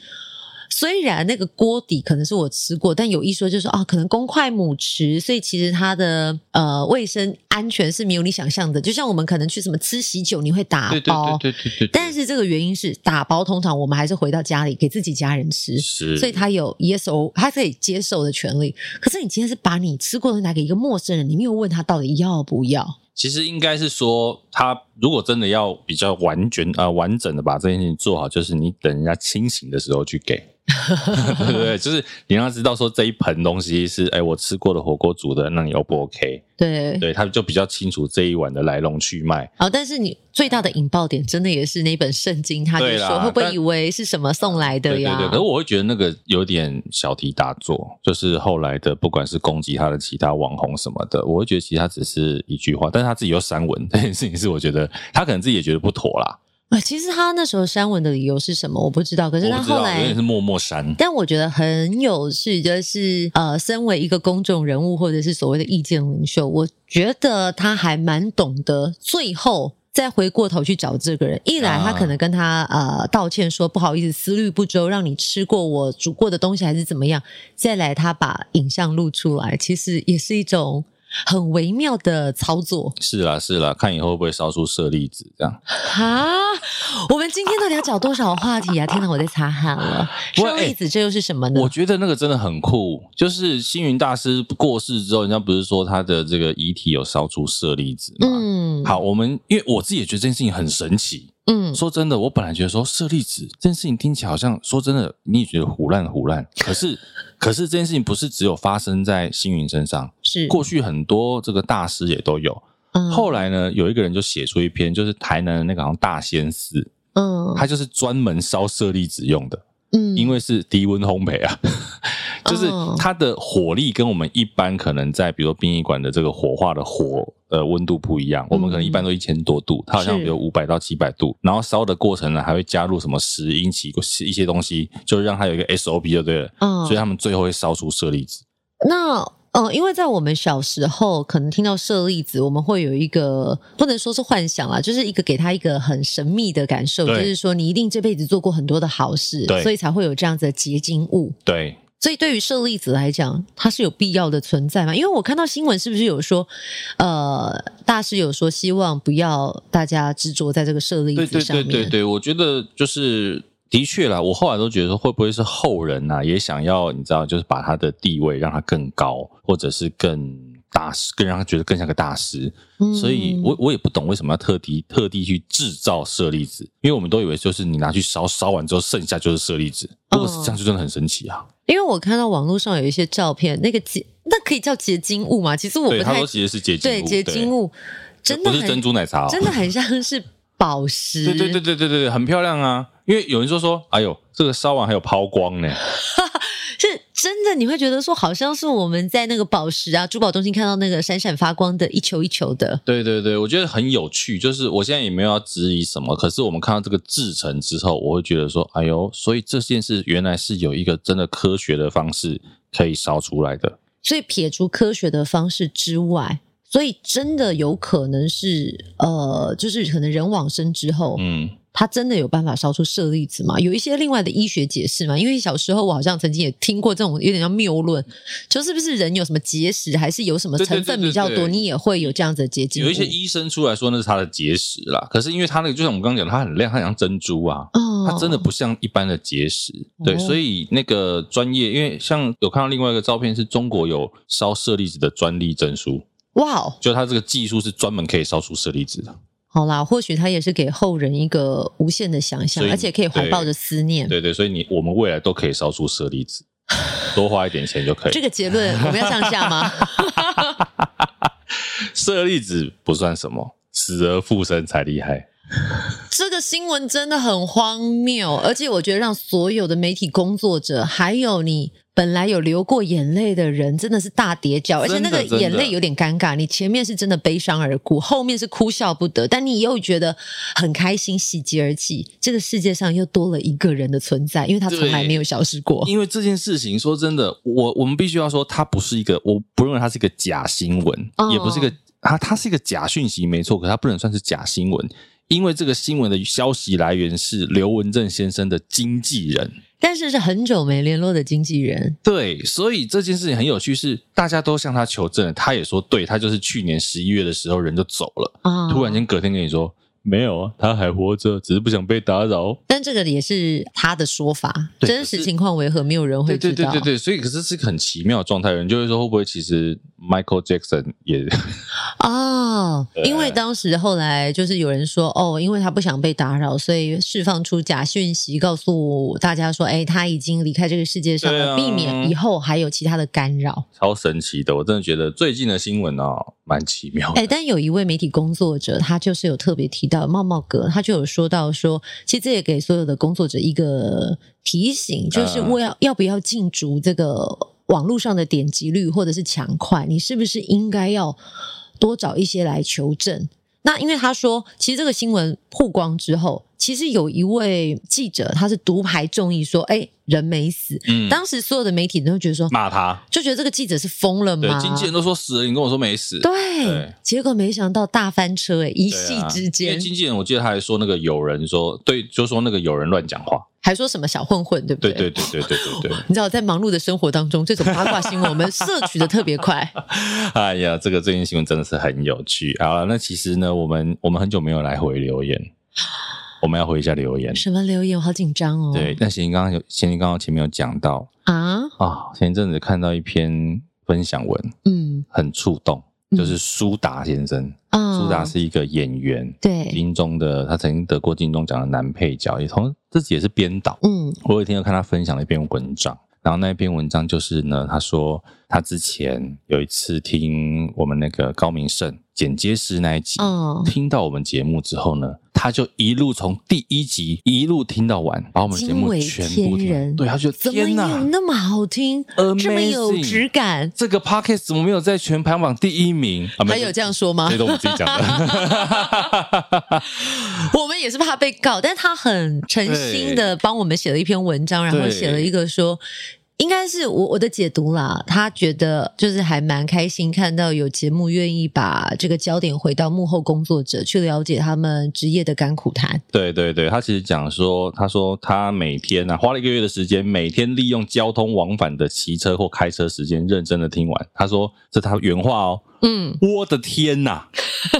Speaker 2: 虽然那个锅底可能是我吃过，但有一说就是说啊，可能公筷母匙，所以其实它的呃卫生安全是没有你想象的。就像我们可能去什么吃喜酒，你会打包，
Speaker 1: 对对对对对对对，
Speaker 2: 但是这个原因是打包，通常我们还是回到家里给自己家人吃，
Speaker 1: 是，
Speaker 2: 所以他有 yes or 他可以接受的权利。可是你今天是把你吃过的拿给一个陌生人，你没有问他到底要不要，
Speaker 1: 其实应该是说，他如果真的要比较完全啊、呃完整的把这件事情做好，就是你等人家清醒的时候去 给，对不对？就是你让他知道说这一盆东西是哎、我吃过的火锅煮的，那你 O 不 OK？
Speaker 2: 对。
Speaker 1: 对，他就比较清楚这一碗的来龙去脉。
Speaker 2: 好、但是你最大的引爆点真的也是那本圣经，他就
Speaker 1: 对啦
Speaker 2: 说会不会
Speaker 1: 但
Speaker 2: 以为是什么送来的
Speaker 1: 对对
Speaker 2: 呀？
Speaker 1: 对，可是我会觉得那个有点小题大做，就是后来的不管是攻击他的其他网红什么的，我会觉得其实他只是一句话，但是他自己又删文 这件事情是我觉得他可能自己也觉得不妥啦，
Speaker 2: 啊，其实他那时候删文的理由是什么，我不知道。可是
Speaker 1: 我
Speaker 2: 他
Speaker 1: 不知道，
Speaker 2: 后
Speaker 1: 有
Speaker 2: 来
Speaker 1: 点是默默删。
Speaker 2: 但我觉得很有趣，就是呃，身为一个公众人物或者是所谓的意见领袖，我觉得他还蛮懂得最后。再回过头去找这个人，一来
Speaker 1: 啊
Speaker 2: 他可能跟他、呃道歉说不好意思，思虑不周，让你吃过我煮过的东西还是怎么样；再来他把影像录出来，其实也是一种很微妙的操作
Speaker 1: 是啦是啦，看以后会不会烧出舍利子这样。
Speaker 2: 啊！我们今天到底要找多少话题啊？天哪，我在擦汗了。
Speaker 1: 不过
Speaker 2: 上
Speaker 1: 哎
Speaker 2: 例子这又是什么呢？
Speaker 1: 我觉得那个真的很酷，就是星云大师过世之后，人家不是说他的这个遗体有烧出舍利子吗？
Speaker 2: 嗯
Speaker 1: 好，我们因为我自己也觉得这件事情很神奇。
Speaker 2: 嗯，
Speaker 1: 说真的，我本来觉得说舍利子这件事情听起来好像说真的，你也觉得胡乱胡 乱。可是，可是这件事情不是只有发生在星云身上，
Speaker 2: 是
Speaker 1: 过去很多这个大师也都有。
Speaker 2: 嗯
Speaker 1: 后来呢，有一个人就写出一篇，就是台南的那个好像大仙寺，
Speaker 2: 嗯，
Speaker 1: 他就是专门烧舍利子用的，
Speaker 2: 嗯
Speaker 1: 因为是低温烘焙啊， 就是它的火力跟我们一般可能在比如说殡仪馆的这个火化的火呃温度不一样，我们可能一般都一千多度，它好像
Speaker 2: 嗯是
Speaker 1: 比如五百到七百度，然后烧的过程呢还会加入什么石英奇一些东西，就是让它有一个 SOP 就对了，
Speaker 2: 嗯
Speaker 1: 所以他们最后会烧出舍利子。
Speaker 2: 那呃，因为在我们小时候，可能听到舍利子，我们会有一个不能说是幻想啊，就是一个给他一个很神秘的感受，就
Speaker 1: 对
Speaker 2: 是说你一定这辈子做过很多的好事
Speaker 1: 对，
Speaker 2: 所以才会有这样子的结晶物。
Speaker 1: 对，
Speaker 2: 所以对于舍利子来讲，它是有必要的存在吗？因为我看到新闻是不是有说，呃，大师有说希望不要大家执着在这个舍利
Speaker 1: 对
Speaker 2: 子
Speaker 1: 对
Speaker 2: 上
Speaker 1: 对
Speaker 2: 面。
Speaker 1: 对对，我觉得就是的确啦，我后来都觉得说会不会是后人呐、也想要你知道，就是把他的地位让他更高，或者是更大师，更让他觉得更像个大师。
Speaker 2: 嗯
Speaker 1: 所以我我也不懂为什么要特地特地去制造舍利子，因为我们都以为就是你拿去烧，烧完之后剩下就是舍利子。如
Speaker 2: 嗯
Speaker 1: 果是这样，就真的很神奇啊！
Speaker 2: 因为我看到网络上有一些照片，那个结那可以叫结晶物吗？其实我
Speaker 1: 对，
Speaker 2: 不
Speaker 1: 他
Speaker 2: 太
Speaker 1: 说其实是结晶
Speaker 2: 对
Speaker 1: 物，
Speaker 2: 结晶物，真的
Speaker 1: 不
Speaker 2: 很
Speaker 1: 是珍珠奶茶、哦，
Speaker 2: 真的很像是宝石。
Speaker 1: 对对对对对对，很漂亮啊！因为有人说说，哎呦，这个烧完还有抛光呢。
Speaker 2: 是真的，你会觉得说好像是我们在那个宝石啊珠宝中心看到那个闪闪发光的一球一球的。
Speaker 1: 对对对，我觉得很有趣。就是我现在也没有要质疑什么，可是我们看到这个制成之后，我会觉得说，哎呦，所以这件事原来是有一个真的科学的方式可以烧出来的。
Speaker 2: 所以撇除科学的方式之外，所以真的有可能是呃，就是可能人往生之后，
Speaker 1: 嗯，
Speaker 2: 它真的有办法烧出舍利子吗？有一些另外的医学解释吗？因为小时候我好像曾经也听过这种有点像谬论，就是不是人有什么结石，还是有什么成分比较
Speaker 1: 对对对
Speaker 2: 多，
Speaker 1: 对对
Speaker 2: 你也会有这样子的结晶物。
Speaker 1: 有一些医生出来说那是他的结石啦，可是因为他那个就像我们刚刚讲的，它很亮，它很像珍珠啊。
Speaker 2: 哦，
Speaker 1: 它真的不像一般的结石，对，
Speaker 2: 哦
Speaker 1: 所以那个专业，因为像有看到另外一个照片，是中国有烧舍利子的专利证书，
Speaker 2: 哇哦，
Speaker 1: 就它这个技术是专门可以烧出舍利子的。
Speaker 2: 好啦，或许它也是给后人一个无限的想象
Speaker 1: 所以，
Speaker 2: 而且可以怀
Speaker 1: 对
Speaker 2: 抱着思念。
Speaker 1: 对对，所以你我们未来都可以烧出舍利子。多花一点钱就可以
Speaker 2: 这。个结论我们要上下吗？
Speaker 1: 舍利子不算什么，死而复生才厉害。
Speaker 2: 这个新闻真的很荒谬，而且我觉得让所有的媒体工作者，还有你本来有流过眼泪的人，真的是大跌脚。而且
Speaker 1: 真
Speaker 2: 那
Speaker 1: 的
Speaker 2: 个
Speaker 1: 真的
Speaker 2: 眼泪有点尴尬，你前面是真的悲伤而哭，后面是哭笑不得，但你又觉得很开心，喜极而泣。这个世界上又多了一个人的存在，因为他从来没有消失过。
Speaker 1: 因为这件事情，说真的，我我们必须要说，它不是一个，我不认为它是一个假新闻，
Speaker 2: 哦
Speaker 1: 也不是一个它它是一个假讯息，没错，可它不能算是假新闻，因为这个新闻的消息来源是刘文正先生的经纪人。
Speaker 2: 但是是很久没联络的经纪人，
Speaker 1: 对，所以这件事情很有趣是，大家都向他求证了，他也说对，他就是去年十一月的时候人就走了，
Speaker 2: 啊
Speaker 1: 突然间隔天跟你说没有啊，他还活着，只是不想被打扰。
Speaker 2: 但啊这个也是他的说法，
Speaker 1: 对
Speaker 2: 真
Speaker 1: 可
Speaker 2: 实
Speaker 1: 是
Speaker 2: 情况为何，没有人会
Speaker 1: 对
Speaker 2: 知
Speaker 1: 对
Speaker 2: 道。
Speaker 1: 对对对，所以可是是个很奇妙的状态，人就会说会不会其实 Michael Jackson 也
Speaker 2: 哦，
Speaker 1: 对
Speaker 2: 因为当时后来就是有人说，哦，因为他不想被打扰，所以释放出假讯息，告诉大家说，哎，他已经离开这个世界上了，
Speaker 1: 对啊
Speaker 2: 避免以后还有其他的干扰。
Speaker 1: 超神奇的，我真的觉得最近的新闻哦，蛮奇妙的。
Speaker 2: 哎，但有一位媒体工作者，他就是有特别提到茂茂哥，他就有说到说，其实这也给所有的工作者一个提醒，就是
Speaker 1: 嗯
Speaker 2: 我要、要不要禁足这个网络上的点击率或者是抢快，你是不是应该要多找一些来求证？那因为他说，其实这个新闻曝光之后，其实有一位记者他是独排众议说，哎，人没死。
Speaker 1: 嗯，
Speaker 2: 当时所有的媒体都觉得说，
Speaker 1: 骂他，
Speaker 2: 就觉得这个记者是疯了
Speaker 1: 对
Speaker 2: 吗？，
Speaker 1: 经纪人都说死了，你跟我说没死，
Speaker 2: 嗯对，
Speaker 1: 对啊
Speaker 2: 结果没想到大翻车哎、一
Speaker 1: 对
Speaker 2: 夕
Speaker 1: 啊
Speaker 2: 之
Speaker 1: 因
Speaker 2: 间
Speaker 1: 为、经纪人我记得他还说那个有人说对，就说那个有人乱讲话，
Speaker 2: 还说什么小混混，对不
Speaker 1: 对对
Speaker 2: 对
Speaker 1: 对对对对对，
Speaker 2: 你知道，在忙碌的生活当中，这种八卦新闻我们摄取的特 别快。
Speaker 1: 哎呀，这个最近新闻真的是很有趣。好了，那其实呢，我们我们很久没有来回留言，我们要回一下留言。
Speaker 2: 什么留言，我好紧张哦。
Speaker 1: 对，那贤玲刚刚有贤玲刚刚前面有讲到
Speaker 2: 啊，
Speaker 1: 啊，前一阵子看到一篇分享文，
Speaker 2: 嗯
Speaker 1: 很触动，
Speaker 2: 嗯
Speaker 1: 就是苏达先生，
Speaker 2: 啊，
Speaker 1: 苏达是一个演员，
Speaker 2: 对，
Speaker 1: 金钟的，他曾经得过金钟奖的男配角，也同自己也是编导。
Speaker 2: 嗯
Speaker 1: 我有一天有看他分享了一篇文章，然后那篇文章就是呢，他说他之前有一次听我们那个高明胜剪接师那一集，
Speaker 2: 嗯，
Speaker 1: 听到我们节目之后呢，他就一路从第一集一路听到完，把我们节
Speaker 2: 惊
Speaker 1: 目
Speaker 2: 为
Speaker 1: 全部
Speaker 2: 天
Speaker 1: 听完。
Speaker 2: 人。
Speaker 1: 对，他就
Speaker 2: 怎么有
Speaker 1: 天哪，
Speaker 2: 那么好听，这么有
Speaker 1: Amazing
Speaker 2: 质感？
Speaker 1: 这个 podcast 怎么没有在全排行榜第一名？啊、没
Speaker 2: 还有这样说吗
Speaker 1: 这？都我们自己讲的。
Speaker 2: 我们也是怕被告，但他很诚心的帮我们写了一篇文章，然后
Speaker 1: 对
Speaker 2: 写了一个说。应该是我我的解读啦，他觉得就是还蛮开心，看到有节目愿意把这个焦点回到幕后工作者，去了解他们职业的甘苦谈。
Speaker 1: 对对对，他其实讲说，他说他每天啊花了一个月的时间，每天利用交通往返的骑车或开车时间，认真的听完。他说这他原话哦，
Speaker 2: 嗯，
Speaker 1: 我的天呐，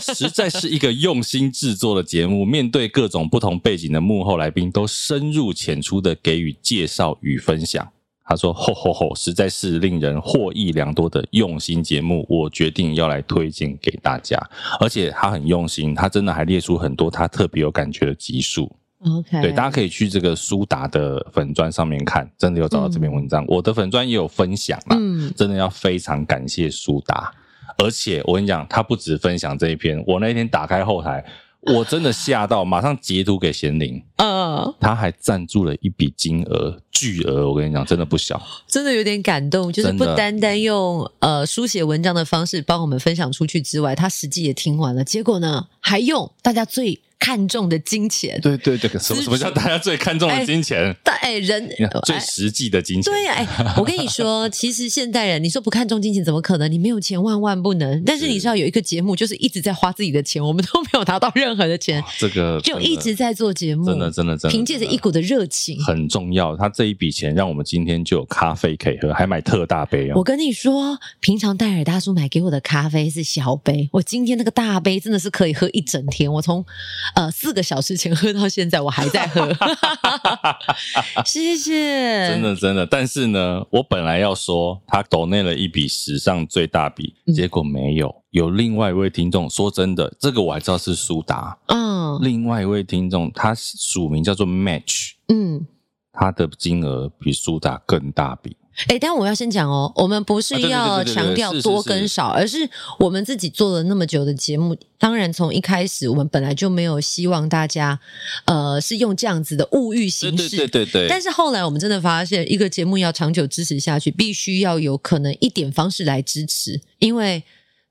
Speaker 1: 实在是一个用心制作的节目。 面对各种不同背景的幕后来宾，都深入浅出的给予介绍与分享。他说：“吼吼吼，实在是令人获益良多的用心节目，我决定要来推荐给大家。而且他很用心，他真的还列出很多他特别有感觉的集数。
Speaker 2: OK，
Speaker 1: 对，大家可以去这个苏达的粉砖上面看，真的有找到这篇文章。我的粉砖也有分享啦，
Speaker 2: 嗯
Speaker 1: 真的要非常感谢苏达。而且我跟你讲，他不止分享这一篇，我那天打开后台，我真的吓到，马上截图给贤玲，
Speaker 2: 呃，
Speaker 1: 他还赞助了一笔金额巨额，我跟你讲，真的不小。
Speaker 2: 真的有点感动，就是
Speaker 1: 真
Speaker 2: 不
Speaker 1: 的
Speaker 2: 单单用呃书写文章的方式帮我们分享出去之外，他实际也听完了，结果呢还用大家最看重的金钱，
Speaker 1: 对对对，什么
Speaker 2: 资
Speaker 1: 什么叫大家最看重的金钱？
Speaker 2: 但哎、人
Speaker 1: 最
Speaker 2: 哎
Speaker 1: 实际的金钱，
Speaker 2: 对呀、哎，我跟你 说，其实现代人，你说不看重金钱怎么可能？你没有钱万万不能。但是
Speaker 1: 是
Speaker 2: 你知道有一个节目，就是一直在花自己的钱，我们都没有拿到任何的钱，
Speaker 1: 这个
Speaker 2: 就
Speaker 1: 真的
Speaker 2: 一直在做节目，
Speaker 1: 真的真的真的，
Speaker 2: 凭借着
Speaker 1: 真的
Speaker 2: 一股的热情。
Speaker 1: 很重要。他这一笔钱让我们今天就有咖啡可以喝，还买特大杯
Speaker 2: 我
Speaker 1: 哦。
Speaker 2: 跟你说，平常戴尔大叔买给我的咖啡是小杯，我今天那个大杯真的是可以喝一整天。我从呃四个小时前喝到现在，我还 在喝。谢谢，
Speaker 1: 真的真的，但是呢，我本来要说他抖内了一笔史上最大笔，
Speaker 2: 嗯
Speaker 1: 结果没有。有另外一位听众，说真的，这个我还知道是苏达。
Speaker 2: 嗯
Speaker 1: 另外一位听众，他署名叫做 Match，
Speaker 2: 嗯，
Speaker 1: 他的金额比苏达更大笔，
Speaker 2: 哎，但我要先讲哦，我们不是
Speaker 1: 啊对对对
Speaker 2: 要
Speaker 1: 对对对
Speaker 2: 强调
Speaker 1: 是是
Speaker 2: 多
Speaker 1: 是
Speaker 2: 跟少，而是我们自己做了那么久的节目，当然从一开始我们本来就没有希望大家，呃，是用这样子的物欲
Speaker 1: 对
Speaker 2: 形
Speaker 1: 对
Speaker 2: 式。
Speaker 1: 对对对，
Speaker 2: 但是后来我们真的发现，一个节目要长久支持下去，必须要有可能一点方式来支持，因为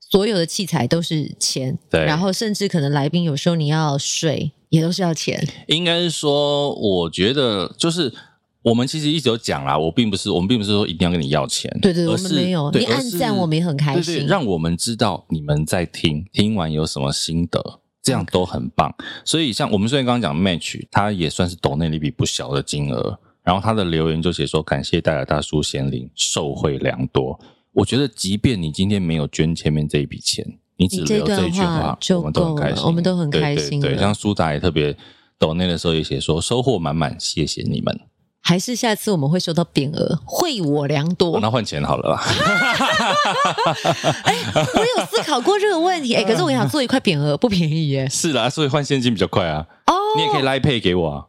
Speaker 2: 所有的器材都是钱，
Speaker 1: 对
Speaker 2: 然后甚至可能来宾有时候你要水也都是要钱，
Speaker 1: 应该是说，我觉得就是我们其实一直有讲啦，我并不是我们并不是说一定要跟你要钱，
Speaker 2: 对对对
Speaker 1: 而
Speaker 2: 我们
Speaker 1: 是
Speaker 2: 没有
Speaker 1: 对
Speaker 2: 你
Speaker 1: 而
Speaker 2: 按
Speaker 1: 是
Speaker 2: 赞我们也很开
Speaker 1: 对对
Speaker 2: 心
Speaker 1: 让我们知道你们在听，听完有什么心得。这样都很棒，所以像我们虽然刚刚讲 match，它也算是抖内了一笔不小的金额。然后他的留言就写说：“感谢戴尔大叔贤玲，受惠良多。”我觉得，即便你今天没有捐前面这一笔钱，你只
Speaker 2: 你这
Speaker 1: 留这一句
Speaker 2: 段话
Speaker 1: 话，
Speaker 2: 就
Speaker 1: 我们都很
Speaker 2: 够
Speaker 1: 开
Speaker 2: 了
Speaker 1: 心，
Speaker 2: 我们都很
Speaker 1: 对
Speaker 2: 开
Speaker 1: 对
Speaker 2: 心
Speaker 1: 对
Speaker 2: 了
Speaker 1: 像苏达也特别抖内的时候也写说收获满满，谢谢你们。
Speaker 2: 还是下次我们会收到匾额，惠我良多
Speaker 1: 哦、。那换钱好了啦，
Speaker 2: 我有思考过这个问
Speaker 1: 嗯
Speaker 2: 题，哎、可是我想做一块匾额不便宜 耶。
Speaker 1: 是啦，所以换现金比较快啊。
Speaker 2: 哦，
Speaker 1: 你也可以拉配给我 啊，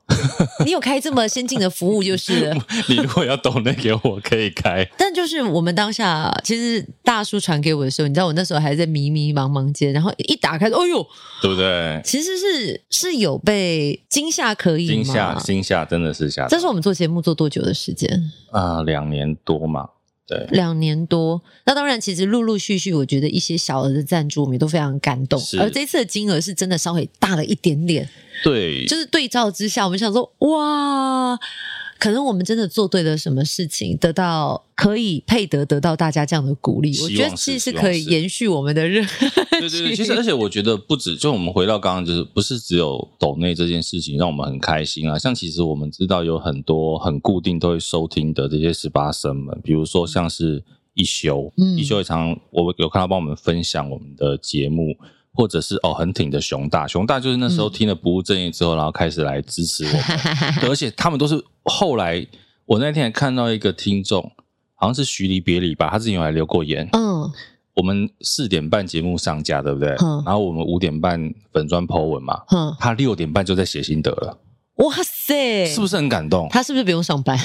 Speaker 2: 你有开这么先进的服务就 是了，
Speaker 1: 你如果要抖内给我，可以开。
Speaker 2: 但就是我们当下，其实大叔传给我的时候，你知道我那时候还在迷迷茫茫间，然后一打开，哎呦，
Speaker 1: 对不对？
Speaker 2: 其实是是有被惊吓，可以
Speaker 1: 惊
Speaker 2: 吗？
Speaker 1: 吓，惊吓，真的是吓到。
Speaker 2: 这是我们做节目做多久的时间？
Speaker 1: 啊，两年多嘛，对，
Speaker 2: 两年多。那当然，其实陆陆续续，我觉得一些小额的赞助，我们也都非常感动。
Speaker 1: 是
Speaker 2: 而这次的金额是真的稍微大了一点点，
Speaker 1: 对，
Speaker 2: 就是对照之下，我们想说，哇，可能我们真的做对了什么事情，得到可以配得得到大家这样的鼓励。
Speaker 1: 希
Speaker 2: 我
Speaker 1: 望是
Speaker 2: 觉得其实是可以
Speaker 1: 希望是
Speaker 2: 延续我们的热，
Speaker 1: 对对对，其实而且我觉得不止，就我们回到刚刚，就是不是只有抖内这件事情让我们很开心啊？像其实我们知道有很多很固定都会收听的这些十八生们，比如说像是一休，
Speaker 2: 嗯
Speaker 1: 一休也常我有看到帮我们分享我们的节目。或者是哦，很挺的熊大，熊大就是那时候
Speaker 2: 嗯
Speaker 1: 听了不务正业之后，然后开始来支持我 们，对而且他们都是后来，我那天还看到一个听众，好像是徐离别离吧，他之前有来留过言，
Speaker 2: 嗯，
Speaker 1: 我们四点半节目上架，对不对？
Speaker 2: 嗯
Speaker 1: 然后我们五点半粉砖 po 文嘛，
Speaker 2: 哼，
Speaker 1: 他六点半就在写心得了，
Speaker 2: 哇塞，
Speaker 1: 是不
Speaker 2: 是？
Speaker 1: 是很感 动？
Speaker 2: 他是不是不用 上班？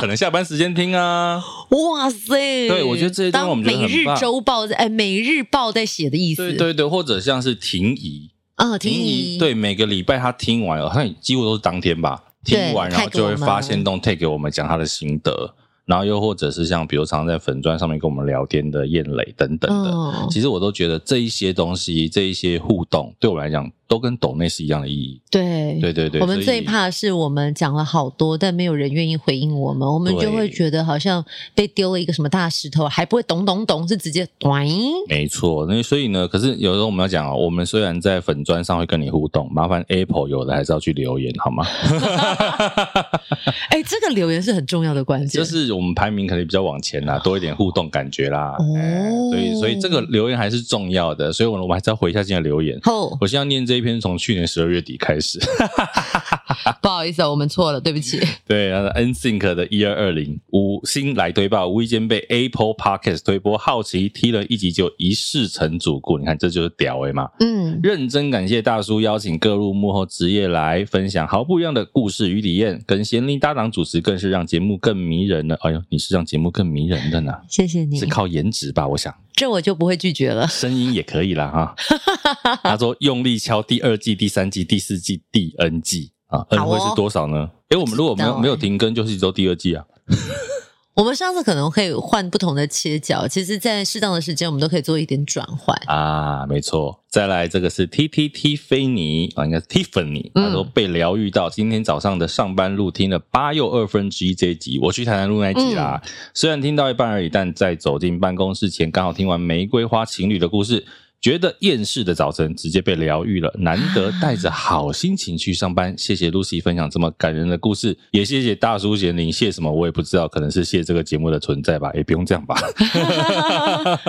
Speaker 1: 可能下班时间听啊，
Speaker 2: 哇塞！
Speaker 1: 对我觉得这些东西
Speaker 2: 当
Speaker 1: 我们觉得
Speaker 2: 每
Speaker 1: 很
Speaker 2: 日
Speaker 1: 棒
Speaker 2: 周报在哎，每日报在写的 意思，
Speaker 1: 对对对，或者像是婷宜，
Speaker 2: 啊，
Speaker 1: 婷
Speaker 2: 婷
Speaker 1: 宜
Speaker 2: 宜
Speaker 1: 对每个礼拜他听完了，好像几乎都是当天吧，听完
Speaker 2: 对
Speaker 1: 然后
Speaker 2: 太给
Speaker 1: 就
Speaker 2: 我
Speaker 1: 会
Speaker 2: 们
Speaker 1: 发现动 take 给我们讲他的心得，然后又或者是像比如常常在粉砖上面跟我们聊天的燕磊等等的，
Speaker 2: 嗯
Speaker 1: 其实我都觉得这一些东西，这一些互动对我来讲都跟抖内是一样的意义。
Speaker 2: 对
Speaker 1: 对对对，
Speaker 2: 我们
Speaker 1: 所以
Speaker 2: 最怕是我们讲了好多，但没有人愿意回应我们，我们
Speaker 1: 对
Speaker 2: 就会觉得好像被丢了一个什么大石头，还不会懂懂懂，是直接 哎短
Speaker 1: 没错，那所以呢，可是有时候我们要讲哦，我们虽然在粉砖上会跟你互动，麻烦 Apple 有的还是要去留言好吗？
Speaker 2: 哎，这个留言是很重要的关键，
Speaker 1: 就是我们排名可能比较往前啦，多一点互动感觉啦。
Speaker 2: 哦
Speaker 1: 哎所以所以这个留言还是重要的，所以我我们还是要回一下今天的留言。
Speaker 2: 后
Speaker 1: 我现在念这一篇从去年十二月底开始，
Speaker 2: 不好意思、啊，我们错了，对不起。
Speaker 1: 对，NSYNC 的一二二零五星来推爆，无意间被 Apple Podcast 推播，好奇踢了一集就一世成主顾，你看这就是屌诶、嘛！
Speaker 2: 嗯，
Speaker 1: 认真感谢大叔邀请各路幕后职业来分享毫不一样的故事与体验，跟贤玲搭档主持更是让节目更迷人了。哎呦，你是让节目更迷人的呢？
Speaker 2: 谢谢你
Speaker 1: 是，靠颜值吧？我想
Speaker 2: 这我就不会拒绝了。
Speaker 1: 声音也可以啦哈。 他说用力敲第二季、第三季、第四季、第 N 季啊，N
Speaker 2: 好哦
Speaker 1: 会是多少呢？诶，我们如果没
Speaker 2: 不知道
Speaker 1: 有
Speaker 2: 欸
Speaker 1: 没有停更，就是一周第二季啊。
Speaker 2: 我们上次可能可以换不同的切角，其实，在适当的时间，我们都可以做一点转换。
Speaker 1: 啊，没错。再来，这个是 T T T 菲尼啊，应该是 Tiffany，
Speaker 2: 嗯
Speaker 1: 她说被疗愈到，今天早上的上班路听了八又二分之一这一集，我去台南路那一集啦。虽然听到一半而已，但在走进办公室前，刚好听完玫瑰花情侣的故事。觉得厌世的早晨直接被疗愈了，难得带着好心情去上班。谢谢 Lucy 分享这么感人的故事，也谢谢大叔贤玲，谢什么我也不知道，可能是谢这个节目的存在吧，也不用这样吧。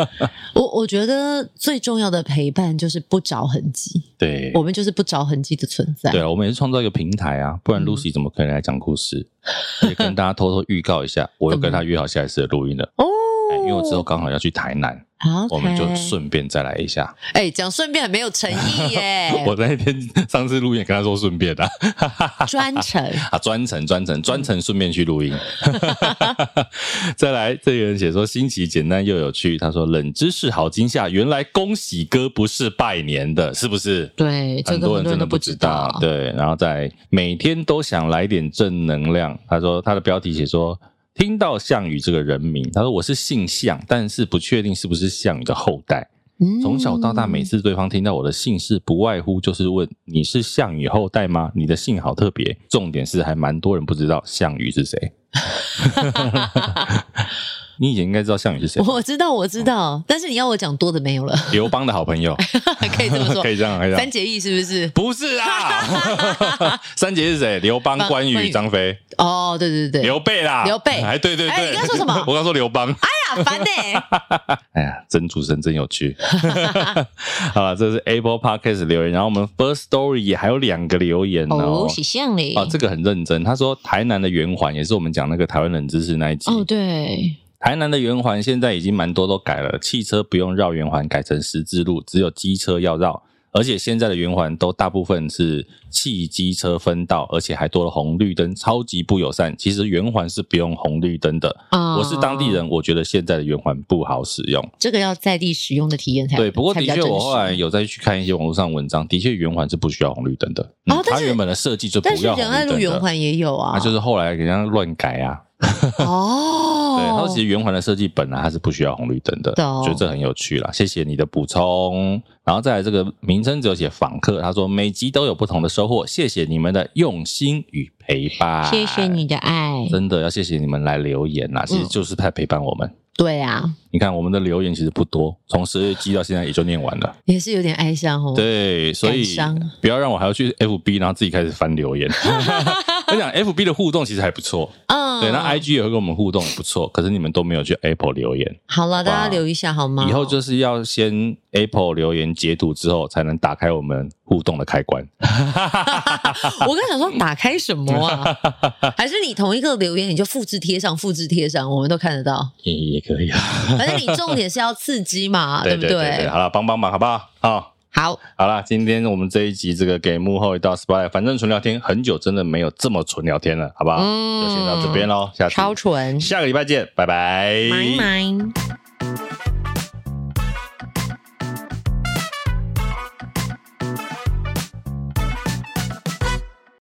Speaker 2: 我我觉得最重要的陪伴就是不着痕迹，
Speaker 1: 对，
Speaker 2: 我们就是不着痕迹的存在。
Speaker 1: 对啊，我们也是创造一个平台啊，不然
Speaker 2: 嗯
Speaker 1: Lucy 怎么 可能来讲故事？也跟大家偷偷预告一下，我又跟他约好下一次的录音了。
Speaker 2: 哦，
Speaker 1: 哎因为我之后刚好要去台南，我们就顺便再来一下。
Speaker 2: 哎，讲顺便很没有诚意 耶，
Speaker 1: 我那一天上次录音也跟他说顺便的、啊，
Speaker 2: 专程
Speaker 1: 啊，专程专程专程顺便去 录音。再来，这个人写说新奇、简单又有趣。他说冷知识好惊吓，原来恭喜哥不是拜年的，是不是？
Speaker 2: 对，这
Speaker 1: 很
Speaker 2: 个
Speaker 1: 多
Speaker 2: 很
Speaker 1: 人真的
Speaker 2: 都
Speaker 1: 不知道，对，然后再每天都想来点正能量。他说他的标题写说听到项羽这个人名，他说我是姓项，但是不确定是不是项羽的后代。
Speaker 2: 嗯
Speaker 1: 从小到大，每
Speaker 2: 次
Speaker 1: 次对方听到我的姓氏，不外乎就是问你是项羽后代吗？你的姓好特别。重点是还蛮多人不知道项羽是谁。你以前应该知道项羽是谁吧，
Speaker 2: 我知道我知
Speaker 1: 哦
Speaker 2: 道，但是你要我讲多的没有了，
Speaker 1: 刘邦的好朋友，
Speaker 2: 可以这么说
Speaker 1: 可。以这样，可以这
Speaker 2: 三
Speaker 1: 样。
Speaker 2: 结义是不是？
Speaker 1: 不是 啊，三杰是谁？刘邦、
Speaker 2: 邦
Speaker 1: 关
Speaker 2: 关
Speaker 1: 羽、
Speaker 2: 羽
Speaker 1: 张飞。
Speaker 2: 哦，对对对，
Speaker 1: 刘备啦，
Speaker 2: 刘备
Speaker 1: 哎，对对对，
Speaker 2: 哎你刚说什么
Speaker 1: 我刚说刘邦。
Speaker 2: 哎呀，烦呢。
Speaker 1: 哎呀，真主持人真有 趣。好了，这是 Apple Podcast 留言，然后我们 First Story 也还有两个留言哦
Speaker 2: 哦，。喜相嘞。
Speaker 1: 啊，这个很认真。他说，台南的圆环也是我们讲那个台湾冷知识那一集。
Speaker 2: 哦，对，
Speaker 1: 台南的圆环现在已经蛮多都改了，汽车不用绕圆环，改成十字路，只有机车要绕。而且现在的圆环都大部分是汽机车分道，而且还多了红绿灯，超级不友善。其实圆环是不用红绿灯的。
Speaker 2: 啊
Speaker 1: 我是当地，人，我觉得现在的圆环不好使用。
Speaker 2: 这个要在地使用的体验才
Speaker 1: 对，不过
Speaker 2: 才
Speaker 1: 的
Speaker 2: 比较
Speaker 1: 确，
Speaker 2: 真
Speaker 1: 我后
Speaker 2: 实
Speaker 1: 来有再去看一些网络上文章，的确圆环是不需要红绿灯的。
Speaker 2: 哦但
Speaker 1: 它
Speaker 2: 是
Speaker 1: 原本的设计就不
Speaker 2: 但是
Speaker 1: 要
Speaker 2: 仁爱
Speaker 1: 红
Speaker 2: 路
Speaker 1: 绿
Speaker 2: 圆
Speaker 1: 灯的。
Speaker 2: 环也有啊，
Speaker 1: 啊，就是后来给人家乱改啊。
Speaker 2: 哦，
Speaker 1: 对，它其实圆环的设计本来它是不需要红绿灯的，
Speaker 2: 懂
Speaker 1: 觉得这很有趣啦。谢谢你的补充，然后再来这个名称只有写访客，他说每集都有不同的收获，谢谢你们的用心与陪伴，
Speaker 2: 谢谢，你嗯的爱，
Speaker 1: 真的要谢谢你们来留言啦，其实就是在陪伴我们。
Speaker 2: 对啊，
Speaker 1: 你看我们的留言其实不多，从十月季到现在也就念完了，
Speaker 2: 也是有点哀伤哦。
Speaker 1: 对，所以
Speaker 2: 感伤
Speaker 1: 不要让我还要去 FB，然后自己开始翻留 言。我讲 FB 的互动其实还不错，
Speaker 2: 嗯，
Speaker 1: 对，那 IG 也会跟我们互动，也不错，可是你们都没有去 Apple 留言。
Speaker 2: 好了，大
Speaker 1: 哇
Speaker 2: 家留一下好吗？
Speaker 1: 以后就是要先 Apple 留言截图之后，才能打开我们互动的开关。
Speaker 2: 我刚想说打开什么 啊？还是你同一个留言你就复制贴上，复制贴上，我们都看得到。
Speaker 1: 也也可以啊，
Speaker 2: 反正你重点是要刺激嘛，
Speaker 1: 对
Speaker 2: 不
Speaker 1: 对对对，好了，帮帮忙好不好？好、
Speaker 2: 好，
Speaker 1: 好啦，今天我们这一集这个给幕后一道 spy，反正纯聊天很久真的没有这么纯聊天了，好不好？
Speaker 2: 嗯
Speaker 1: 就先到这边喽，下次
Speaker 2: 超纯，
Speaker 1: 下个礼拜见，拜拜，
Speaker 2: 拜拜。